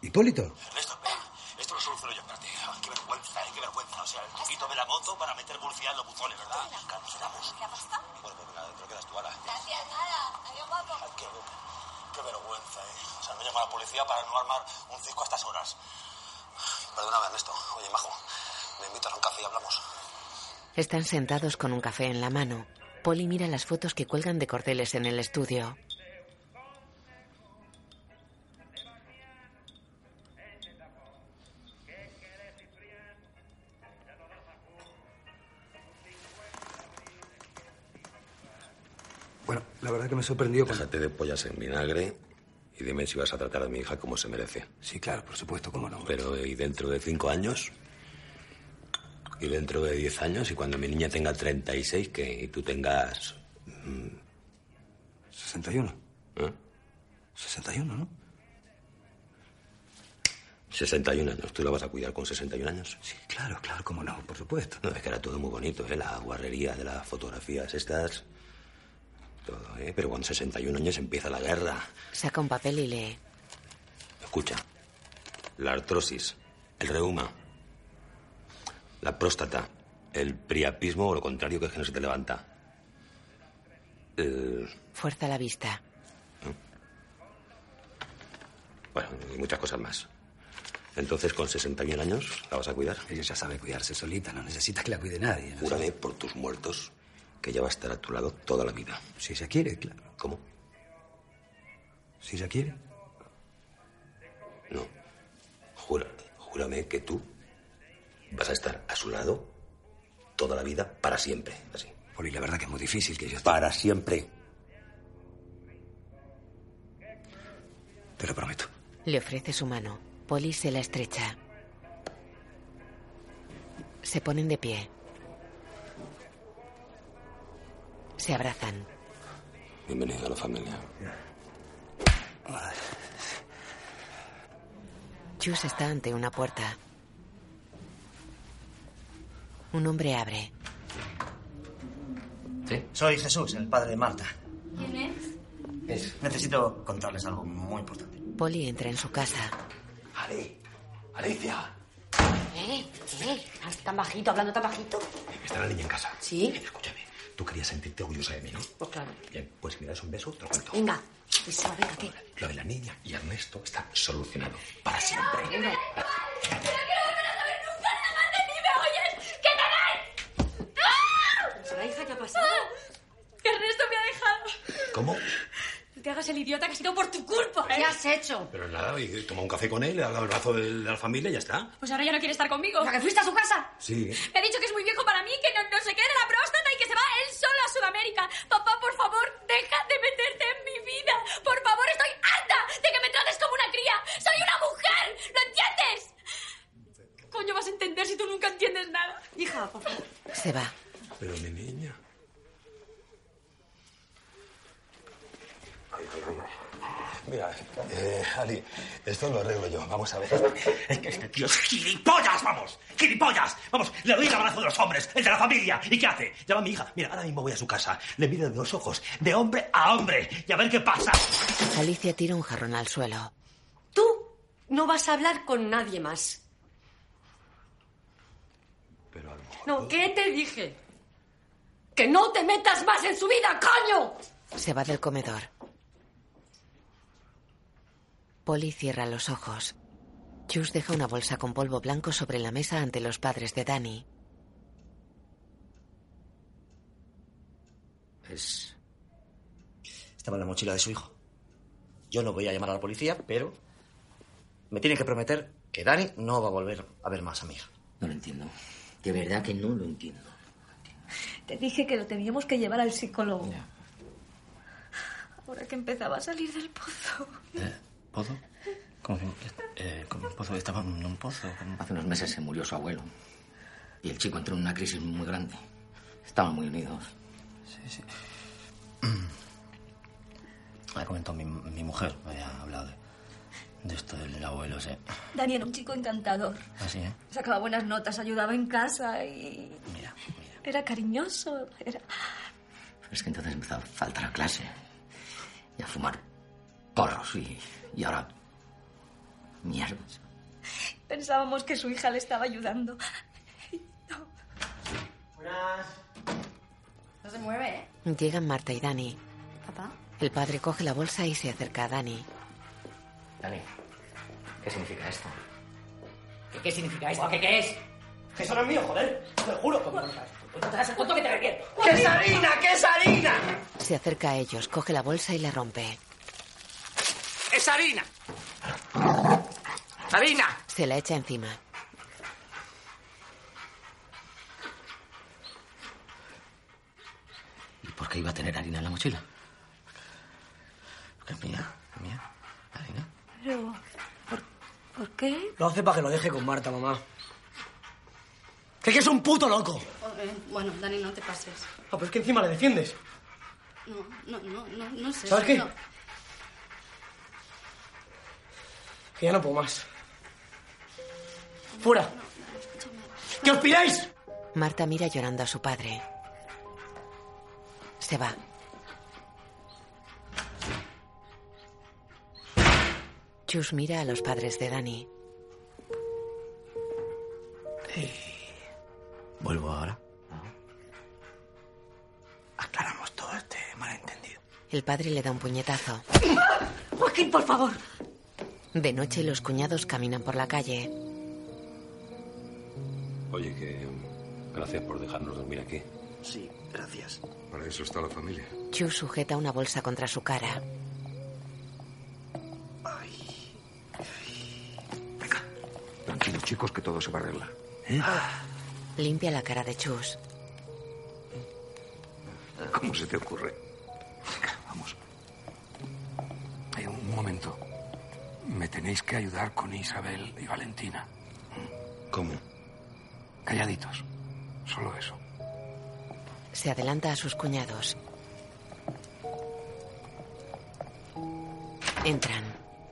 S24: Hipólito.
S4: Ernesto, ven. Esto lo soluciono yo, espérate. Ah, Qué vergüenza, eh, qué vergüenza. O sea, el truquito de la moto para meter murcia en los buzones, ¿verdad? Claro, nos quedamos.
S6: ¿La pasta?
S4: Bueno, pues venga, dentro quedas tú, ala.
S6: Gracias, nada. Adiós, guapo.
S4: Ay, qué, qué vergüenza, eh. O sea, no llama a la policía para no armar un circo a estas horas. Ay,
S45: Perdóname, Ernesto. Oye, Majo, me invitas a un café y hablamos.
S2: Están sentados con un café en la mano. Polly mira las fotos que cuelgan de cordeles en el estudio.
S12: Bueno, la verdad que me sorprendió. cuando-
S3: Déjate de pollas en vinagre y dime si vas a tratar a mi hija como se merece.
S12: Sí, claro, por supuesto, cómo no.
S3: Pero ¿y dentro de cinco años? ¿Y dentro de diez años? ¿Y cuando mi niña tenga 36 que, y tú tengas... mm?
S12: 61.
S3: ¿Eh?
S12: 61, ¿no?
S3: 61 años. ¿Tú la vas a cuidar con 61 años? Sí, claro, claro, cómo no, por supuesto. No, es que era todo muy bonito, ¿eh? La guarrería de las fotografías estas... Todo, ¿eh? Pero con 61 años empieza la guerra.
S2: Saca un papel y lee.
S3: Escucha. La artrosis, el reuma, la próstata, el priapismo o lo contrario que es que no se te levanta. El-
S2: Fuerza la vista.
S3: bueno, y muchas cosas más. Entonces, con 61 años, ¿la vas a cuidar? Ella ya sabe cuidarse solita, no necesita que la cuide nadie. Júrame por tus muertos que ella va a estar a tu lado toda la vida.
S12: Si ella quiere, claro.
S3: ¿Cómo?
S12: Si ella quiere.
S3: No. Jura, júrame que tú vas a estar a su lado toda la vida, para siempre. Así.
S12: Poli, la verdad que es muy difícil que yo esté...
S3: Para siempre.
S12: Te lo prometo.
S2: Le ofrece su mano. Polly se la estrecha. Se ponen de pie. Se abrazan.
S3: Bienvenido a la familia.
S2: Chus está ante una puerta. Un hombre abre.
S5: Soy Jesús, el padre de Marta.
S9: ¿Quién es?
S5: Es- Necesito contarles algo muy importante.
S2: Polly entra en su casa.
S5: Ale, Alicia,
S46: ¿Eh? ¿Eh? ¿Tan bajito, hablando tan bajito?
S3: Está la niña en casa.
S46: Sí.
S3: Escúchame, tú querías sentirte orgullosa de mí, ¿no?
S46: Pues claro.
S3: Bien, pues si me das un beso, te lo cuento.
S46: Venga, Isabel, venga, ¿qué?
S3: Lo de la niña y Ernesto está solucionado. Para siempre.
S9: ¿Qué tal?
S46: Pero, hija, ¿qué ha pasado?
S9: Que Ernesto Ah, me ha dejado.
S3: ¿Cómo?
S9: No te hagas el idiota que ha sido por tu culpa. ¿Qué has hecho?
S3: Pero nada, y toma un café con él, le ha dado el brazo de la familia y ya está.
S9: Pues ahora ya no quiere estar conmigo. ¿La que fuiste a su casa?
S3: Sí.
S9: Me ha dicho que es muy viejo para mí, que no, no se quede la próstata y que se va él solo a Sudamérica. Papá, por favor, deja de meterte en mi vida. Por favor, estoy harta de que me trates como una cría. Soy una mujer, ¿lo entiendes? ¿Qué coño vas a entender si tú nunca entiendes nada? Hija, por favor.
S2: Se va.
S3: Pero mi niña. Mira, eh, Ali, esto lo arreglo yo. Vamos a ver.
S45: [LAUGHS]
S3: Es que este tío es
S45: ¡Gilipollas, vamos! ¡Gilipollas! Vamos, le doy el abrazo de los hombres, el de la familia. ¿Y qué hace? Llama a mi hija. Mira, ahora mismo voy a su casa. Le miro de los ojos, de hombre a hombre. Y a ver qué pasa.
S2: Alicia tira un jarrón al suelo.
S47: No vas a hablar con nadie más. No, ¿qué te dije? Que no te metas más en su vida, coño.
S2: Se va del comedor. Polly cierra los ojos. Chus deja una bolsa con polvo blanco sobre la mesa ante los padres de Danny.
S5: Es... Estaba en la mochila de su hijo. Yo no voy a llamar a la policía, pero me tiene que prometer que Dani no va a volver a ver más a mi hija. No lo entiendo. De verdad que no lo entiendo.
S37: Te dije que lo teníamos que llevar al psicólogo. Ahora que empezaba a salir del pozo.
S7: Eh,
S48: ¿Pozo? ¿Cómo? Eh, ¿cómo un pozo? Estaba en un pozo.
S36: Hace unos meses se murió su abuelo. Y el chico entró en una crisis muy grande. Estaban muy unidos.
S48: Sí, sí. Ha comentado mi, mi mujer, me había hablado de, de esto del abuelo, sí.
S37: Dani era un chico encantador.
S48: Así, ¿eh?
S37: Sacaba buenas notas, ayudaba en casa y...
S48: Mira,
S37: Era cariñoso, era...
S36: Es que entonces empezó a faltar a clase. Y a fumar porros. Y, y ahora... Mierdas.
S37: Pensábamos que su hija le estaba ayudando.
S6: No se mueve, ¿eh?
S2: Llegan Marta y Danny.
S6: Papá.
S2: El padre coge la bolsa y se acerca a Danny.
S36: Dani, ¿qué significa esto?
S14: ¿Qué, qué significa esto? ¿Qué, qué es? Que eso no es mío, joder. Te lo juro. Pues no te das el punto que te requiero. ¡Qué es harina! ¡Qué es harina!
S2: Se acerca a ellos, coge la bolsa y la rompe.
S49: ¡Es harina! ¡Harina!
S2: Se la echa encima.
S7: ¿Y por qué iba a tener harina en la mochila? Porque es mía.
S50: Pero, ¿por, por qué?
S5: Lo hace para que lo deje con Marta, mamá. Que que es un puto loco.
S9: bueno, Dani, no te pases.
S5: Ah, pero es que encima le defiendes.
S9: No, no, no, no, no sé.
S5: ¿Sabes qué?
S9: No.
S5: Que ya no puedo más. ¡Fuera! ¿Qué os piráis?
S2: Marta mira llorando a su padre. Se va. Chus mira a los padres de Dani.
S51: ¿Vuelvo ahora?
S2: Aclaramos todo este malentendido. El padre le da un puñetazo.
S50: Joaquín, por favor.
S2: De noche los cuñados caminan por la calle.
S52: Oye, que gracias por dejarnos dormir aquí.
S51: Sí, gracias.
S52: Para eso está la familia.
S2: Chus sujeta una bolsa contra su cara.
S3: Tranquilos, chicos, que todo se va a arreglar.
S52: ¿Eh?
S2: Limpia la cara de Chus.
S3: ¿Cómo se te ocurre? Venga, Vamos. Eh, un momento. Me tenéis que ayudar con Isabel y Valentina.
S53: ¿Cómo?
S3: Calladitos. Solo eso.
S2: Se adelanta a sus cuñados. Entran.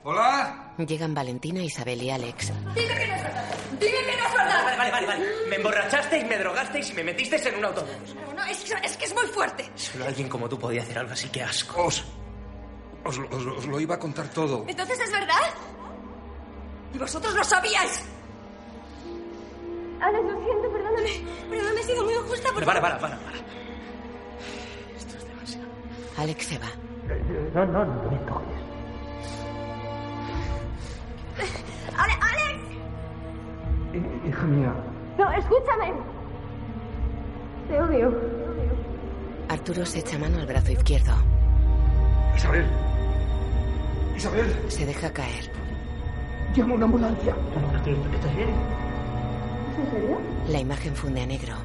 S54: ¡Hola!
S2: Llegan Valentina, Isabel y Alex.
S9: Dime que no es verdad. Dime que no es verdad.
S55: Vale, vale, vale, vale. Me emborrachasteis, me drogasteis y me metisteis en un autobús.
S9: No, no, es, que- es que es muy fuerte.
S55: Solo alguien como tú podía hacer algo así, que asco.
S54: Os, os, lo- os lo- os lo iba a contar todo.
S9: Entonces es verdad. Y vosotros lo sabíais. Alex, lo siento, perdóname. Perdóname, he sido muy injusta.
S55: Vale, vale, vale, vale.
S2: Alex se va.
S55: No, no, no me toques.
S9: Ale- Alex,
S3: Eh, Hija mía.
S9: no, escúchame. Te odio.
S2: Arturo se echa mano al brazo izquierdo.
S3: Isabel. Isabel.
S2: Se deja caer.
S3: Llama una ambulancia.
S55: ¿Estás bien?
S9: ¿En serio?
S2: La imagen funde a negro.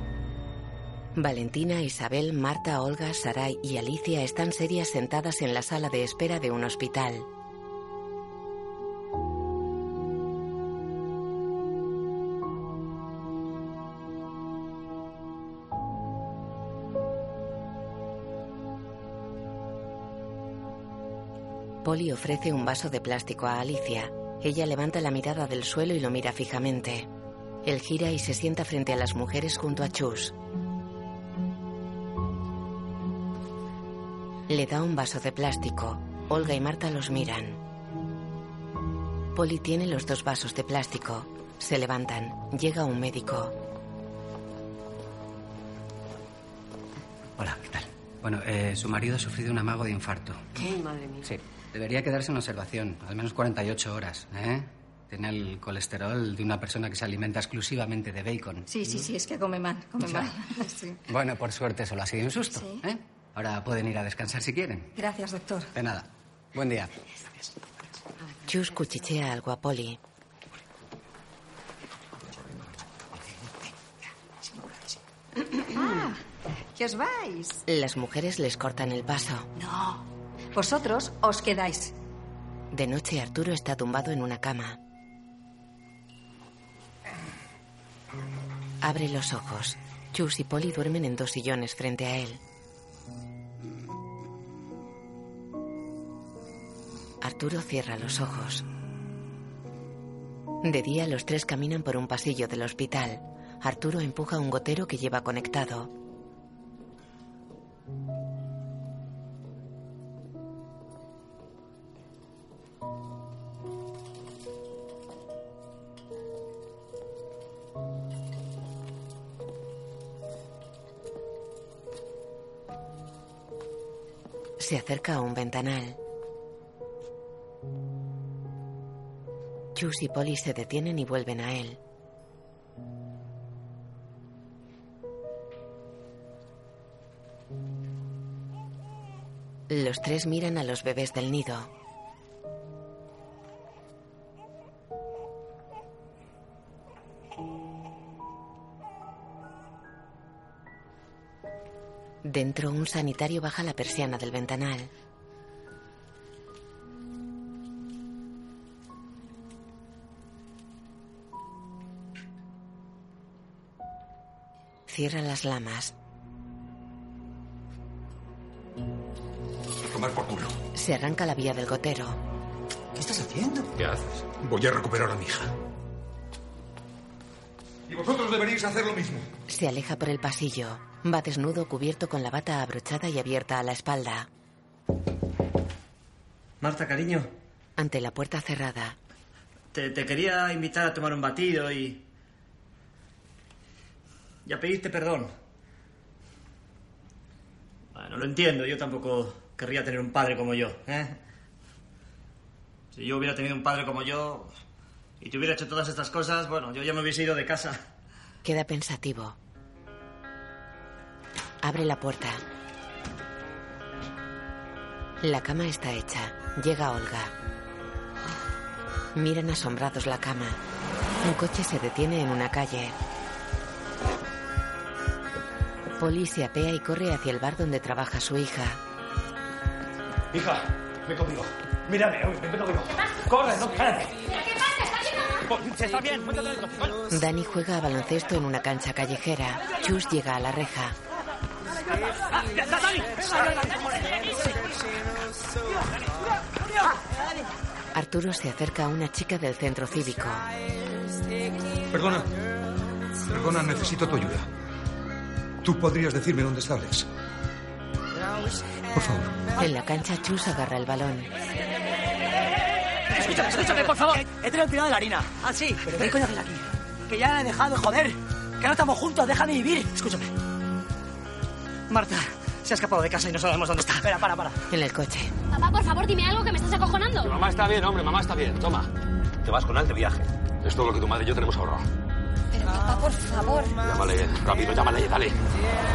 S2: Valentina, Isabel, Marta, Olga, Saray y Alicia están serias sentadas en la sala de espera de un hospital. Polly ofrece un vaso de plástico a Alicia. Ella levanta la mirada del suelo y lo mira fijamente. Él gira y se sienta frente a las mujeres junto a Chus. Le da un vaso de plástico. Olga y Marta los miran. Polly tiene los dos vasos de plástico. Se levantan. Llega un médico.
S24: Hola, ¿qué tal? Bueno, eh, su marido ha sufrido un amago de infarto.
S9: ¿Qué? Madre mía.
S24: Sí. Debería quedarse en observación, al menos 48 horas, ¿eh? Tiene el colesterol de una persona que se alimenta exclusivamente de bacon.
S6: Sí, sí, sí, es que come mal, come mal. [LAUGHS] Sí.
S24: Bueno, por suerte solo ha sido un susto, ¿eh? Ahora pueden ir a descansar si quieren.
S6: Gracias, doctor.
S24: De nada. Buen día.
S2: Chus cuchichea algo a Polly.
S6: Ah, ¿que os vais?
S2: Las mujeres les cortan el paso.
S6: No. Vosotros os quedáis.
S2: De noche Arturo está tumbado en una cama. Abre los ojos. Chus y Polly duermen en dos sillones frente a él. Arturo cierra los ojos. De día los tres caminan por un pasillo del hospital. Arturo empuja un gotero que lleva conectado. Se acerca a un ventanal. Chus y Polly se detienen y vuelven a él. Los tres miran a los bebés del nido. Dentro, un sanitario baja la persiana del ventanal. Cierra las lamas.
S3: A tomar por culo.
S2: Se arranca la vía del gotero.
S3: ¿Qué estás haciendo? ¿Qué haces? Voy a recuperar a mi hija. Y vosotros deberíais hacer lo mismo.
S2: Se aleja por el pasillo. Va desnudo, cubierto con la bata abrochada y abierta a la espalda.
S5: Marta, cariño,
S2: Ante la puerta cerrada,
S5: te, te quería invitar a tomar un batido y. y a pedirte perdón. Bueno, lo entiendo, yo tampoco querría tener un padre como yo, ¿eh? Si yo hubiera tenido un padre como yo y te hubiera hecho todas estas cosas, bueno, yo ya me hubiese ido de casa.
S2: queda pensativo. Abre la puerta. La cama está hecha. Llega Olga. Miran asombrados la cama. Un coche se detiene en una calle. Polly se apea y corre hacia el bar donde trabaja su hija.
S56: Hija, ven conmigo. Mírame, oye, ven conmigo. Corre, no, cállate.
S14: ¿Qué pasa? ¿Está
S45: Pues,
S56: Se está bien, cuéntate dentro.
S2: Dani juega a baloncesto en una cancha callejera. Chus llega a la reja. Arturo se acerca a una chica del centro cívico.
S3: Perdona. Perdona, necesito tu ayuda. ¿Tú podrías decirme dónde está Alex? Por favor.
S2: En la cancha Chus agarra el balón.
S14: Escúchame, escúchame, por favor. He traído el tirado de la harina. Ah, sí. Pero ¿qué coño haces aquí? Que ya la he dejado, joder. Que no estamos juntos, déjame vivir. Escúchame.
S5: Marta, se ha escapado de casa y no sabemos dónde está. Espera, para, para.
S2: En el coche.
S9: Papá, por favor, dime algo que me estás acojonando.
S4: Mamá está bien, hombre, mamá está bien. Toma.
S6: Te vas con él de viaje. Es todo lo que tu madre y yo tenemos ahorrado. Ah,
S9: Papá, por favor.
S6: Llámale, rápido, llámale, dale.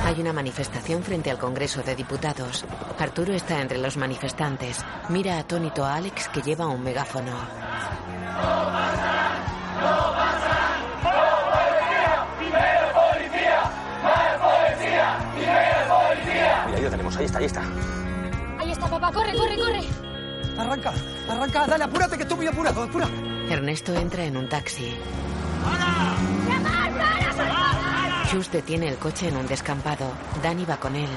S2: Hay una manifestación frente al Congreso de Diputados. Arturo está entre los manifestantes. Mira atónito a Alex que lleva un megáfono.
S6: Mira, ahí lo tenemos, ahí está, ahí está.
S9: Ahí está, papá, corre, corre, corre.
S57: Arranca, arranca, dale, apúrate que estoy muy apurado, apura.
S2: Ernesto entra en un taxi.
S9: ¡Para, para, por favor!
S2: Chus detiene el coche en un descampado. Dani va con él.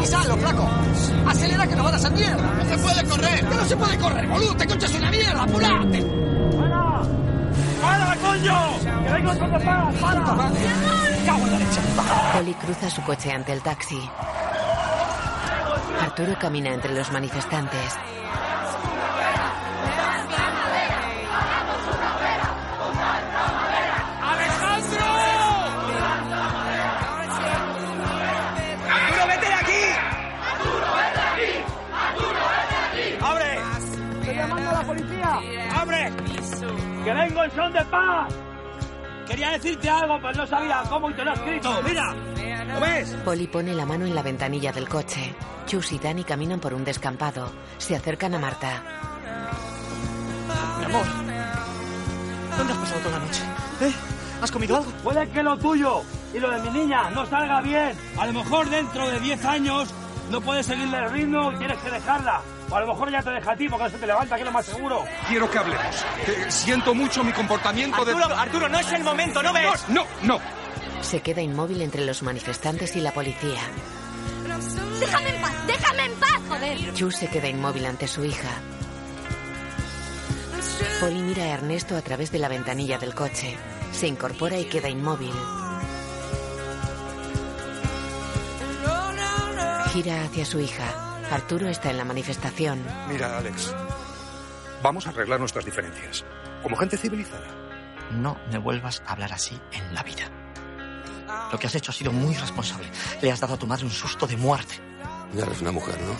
S14: Pisalo, flaco. Acelera que no van a hacer mierda. No se puede correr. Que no se puede correr, boludo. Te conchas una mierda. Apurate.
S4: ¡Para, coño! ¡Que vengo con papá! ¡Para! ¡Cago en la leche!
S2: Polly cruza su coche ante el taxi. Arturo camina entre los manifestantes.
S14: ¡Alejandro! ¡Arturo, vete de aquí!
S4: ¡Abre! ¡Estoy llamando a la policía! ¡Abre! ¡Que vengo en son de paz! Quería decirte algo, pero no sabía cómo y te lo he escrito. ¡Mira! ¿Lo ves?
S2: Polly pone la mano en la ventanilla del coche. Chus y Dani caminan por un descampado. Se acercan a Marta.
S5: Mi amor, ¿dónde has pasado toda la noche?
S4: ¿Eh? ¿Has comido algo? Puede que lo tuyo y lo de mi niña no salga bien. A lo mejor dentro de 10 años no puedes seguirle el ritmo y tienes que dejarla. O a lo mejor ya te deja a ti porque no se te levanta, que es lo más seguro.
S3: Quiero que hablemos. Eh, siento mucho mi comportamiento de...
S58: Arturo, Arturo, no es el momento, ¿no ves?
S3: No, no,
S2: Se queda inmóvil entre los manifestantes y la policía.
S9: ¡Déjame en paz! ¡Déjame en paz, joder!
S2: Chus se queda inmóvil ante su hija. Polly mira a Ernesto a través de la ventanilla del coche. Se incorpora y queda inmóvil. Gira hacia su hija. Arturo está en la manifestación.
S3: Mira, Alex. Vamos a arreglar nuestras diferencias. Como gente civilizada.
S5: No me vuelvas a hablar así en la vida. Lo que has hecho ha sido muy irresponsable. Le has dado a tu madre un susto de muerte.
S6: Ya eres una mujer, ¿no?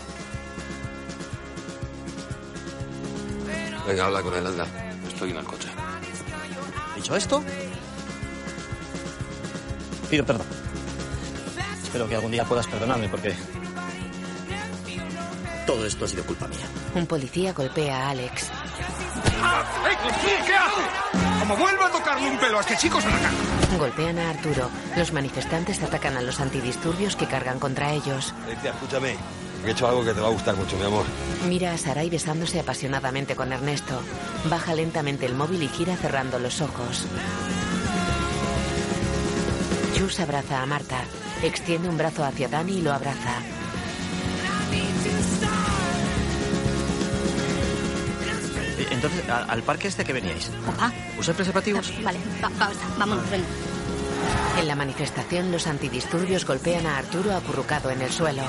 S59: Venga, habla con él, anda. Estoy en el coche.
S7: Dicho esto, pido perdón. Espero que algún día puedas perdonarme porque todo esto ha sido culpa mía.
S2: Un policía golpea a Alex.
S60: ¿Qué hace? Como vuelva a tocarle un pelo a este chico, se la cargo.
S2: Golpean a Arturo. Los manifestantes atacan a los antidisturbios que cargan contra ellos.
S3: Alicia, escúchame. He hecho algo que te va a gustar mucho, mi amor.
S2: Mira a Sarai besándose apasionadamente con Ernesto. Baja lentamente el móvil y gira cerrando los ojos. Chus abraza a Marta. Extiende un brazo hacia Dani y lo abraza.
S5: Eh,
S7: E- Entonces, a- al parque este que veníais,
S9: Papá. Ah,
S7: ¿usé preservativos?
S9: Vale, va- vamos, vámonos, venga.
S2: En la manifestación, los antidisturbios golpean a Arturo acurrucado en el suelo.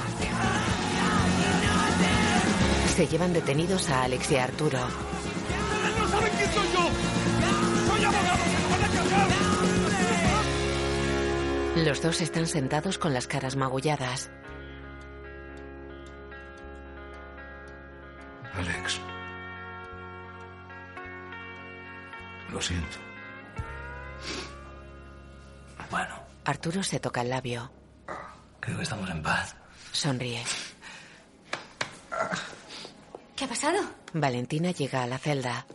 S2: Se llevan detenidos a Alex y a Arturo.
S14: ¡No saben quién soy yo! ¡Soy abogado! ¡Se lo van a cargar!
S2: Los dos están sentados con las caras magulladas.
S61: Alex. Lo siento.
S2: Bueno. Arturo se toca el labio.
S3: Creo que estamos en paz.
S2: Sonríe.
S9: ¿Qué ha pasado?
S2: Valentina llega a la celda.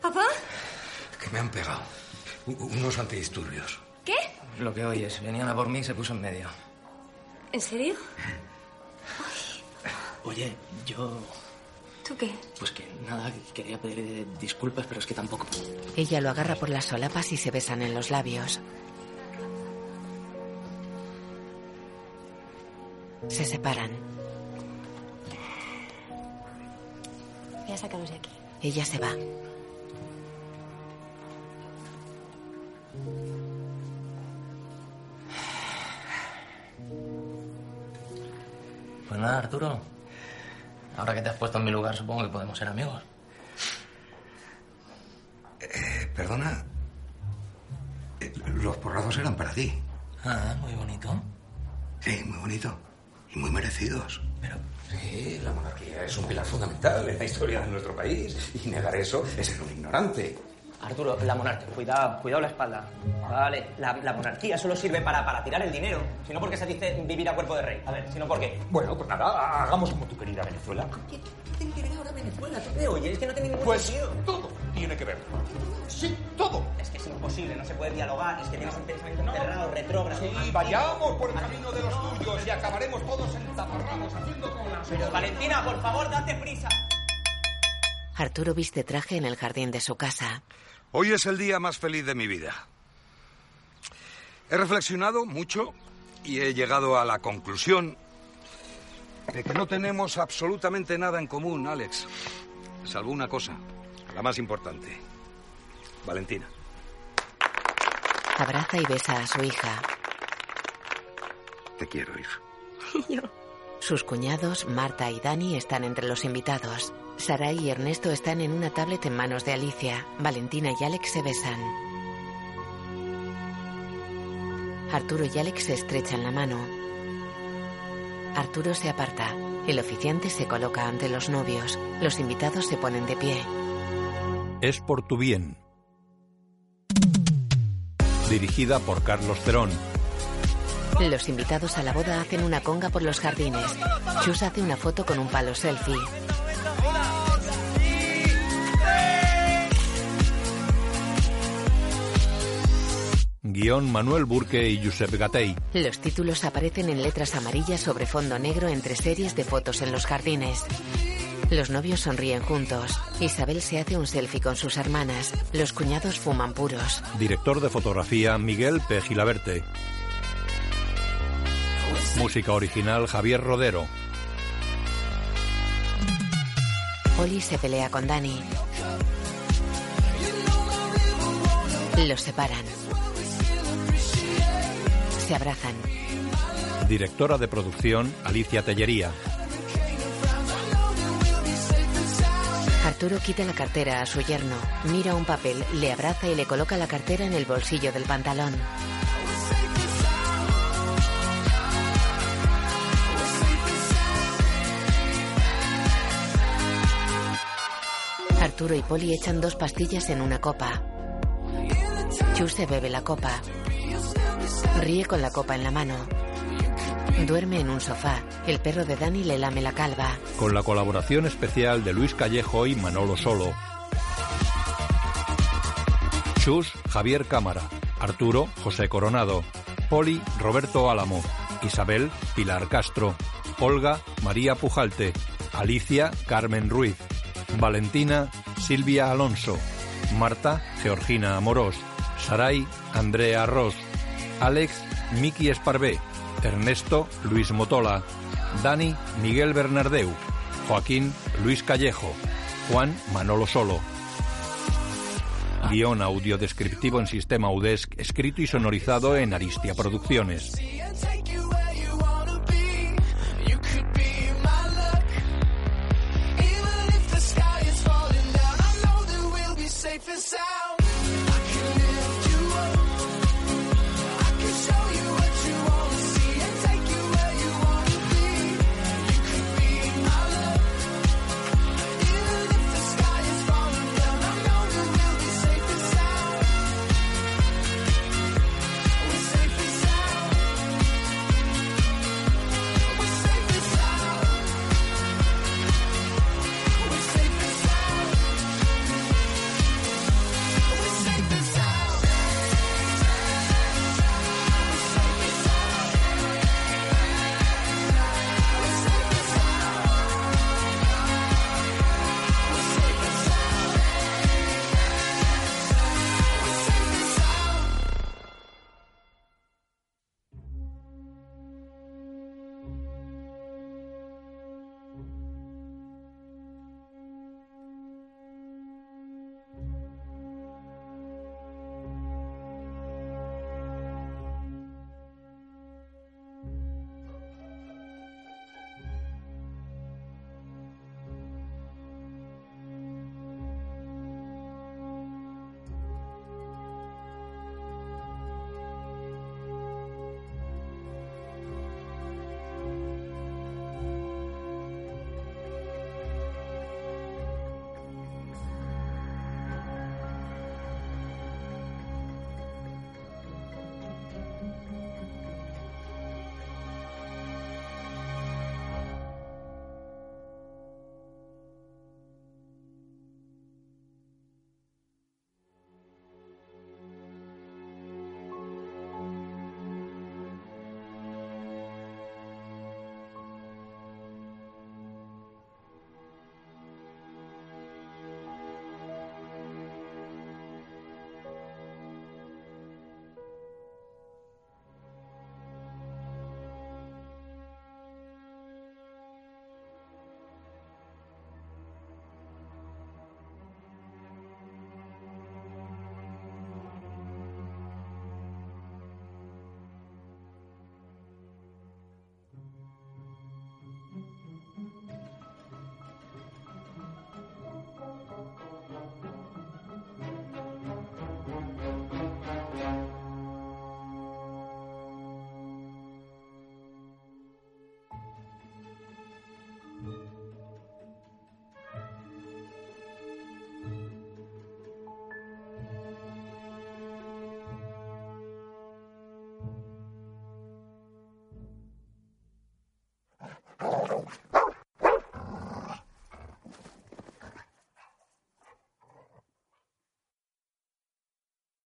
S9: ¿Papá?
S3: Que me han pegado. U- unos antidisturbios.
S9: ¿Qué?
S3: Lo que oyes. Venían a por mí y se puso en medio.
S9: ¿En serio?
S7: Oye, yo...
S9: ¿Tú qué?
S7: Pues que nada, quería pedir disculpas, pero es que tampoco...
S2: Ella lo agarra por las solapas y se besan en los labios. Se separan.
S9: Voy a sacarnos de aquí.
S2: Ella se va.
S62: Pues nada, Arturo. Ahora que te has puesto en mi lugar, supongo que podemos ser amigos.
S3: Eh, perdona. Eh, los porrazos eran para ti.
S62: Ah, muy bonito.
S3: Sí, muy bonito. Y muy merecidos. Pero. Sí, la monarquía es un pilar fundamental en la historia de nuestro país. Y negar eso es ser un ignorante.
S5: Arturo, la monarquía. Cuidado, cuidado la espalda. Vale, la, la monarquía solo sirve para, para tirar el dinero. Si no, porque se dice vivir a cuerpo de rey. A ver, si no, ¿por qué?
S3: Bueno, pues nada, hagamos como tu querida Venezuela.
S5: tiene que ver ahora Venezuela? ¿Qué oye? Es que no tiene ningún
S3: Pues
S5: sentido.
S3: todo tiene que ver. Sí, todo.
S5: Es que es imposible, no se puede dialogar, es que tienes un pensamiento cerrado, retrógrado.
S3: Sí, vayamos por el camino de los tuyos y acabaremos todos entaparrados haciendo colas.
S5: Pero Valentina, por favor, date prisa.
S2: Arturo viste traje en el jardín de su casa.
S60: Hoy es el día más feliz de mi vida. He reflexionado mucho y he llegado a la conclusión de que no tenemos absolutamente nada en común, Alex. Salvo una cosa, la más importante. Valentina.
S2: Abraza y besa a su hija.
S3: Te quiero, hija.
S2: Sus cuñados, Marta y Dani, están entre los invitados. Sarai y Ernesto están en una tablet en manos de Alicia. Valentina y Alex se besan. Arturo y Alex se estrechan la mano. Arturo se aparta. El oficiante se coloca ante los novios. Los invitados se ponen de pie.
S1: Es por tu bien. Dirigida por Carlos Cerón.
S2: Los invitados a la boda hacen una conga por los jardines. Chus hace una foto con un palo selfie.
S1: Guión Manuel Burke y Josep Gatell.
S2: Los títulos aparecen en letras amarillas sobre fondo negro entre series de fotos en los jardines. Los novios sonríen juntos. Isabel se hace un selfie con sus hermanas. Los cuñados fuman puros.
S1: Director de fotografía Miguel P. Gilaberte. Música original Javier Rodero.
S2: Oli se pelea con Dani. Los separan. Se abrazan.
S1: Directora de producción Alicia Tellería.
S2: Arturo quita la cartera a su yerno, mira un papel, le abraza y le coloca la cartera en el bolsillo del pantalón. Arturo y Poli echan dos pastillas en una copa. Chus se bebe la copa. Ríe con la copa en la mano. Duerme en un sofá. El perro de Dani le lame la calva.
S1: Con la colaboración especial de Luis Callejo y Manolo Solo. Chus, Javier Cámara. Arturo, José Coronado. Poli, Roberto Álamo. Isabel, Pilar Castro. Olga, María Pujalte. Alicia, Carmen Ruiz. Valentina, Silvia Alonso. Marta, Georgina Amorós. Saray, Andrea Ross. Alex, Miki Esparvé. Ernesto, Luis Motola. Dani, Miguel Bernardeu. Joaquín, Luis Callejo. Juan, Manolo Solo. Guión audiodescriptivo en sistema UDESC, escrito y sonorizado en Aristia Producciones.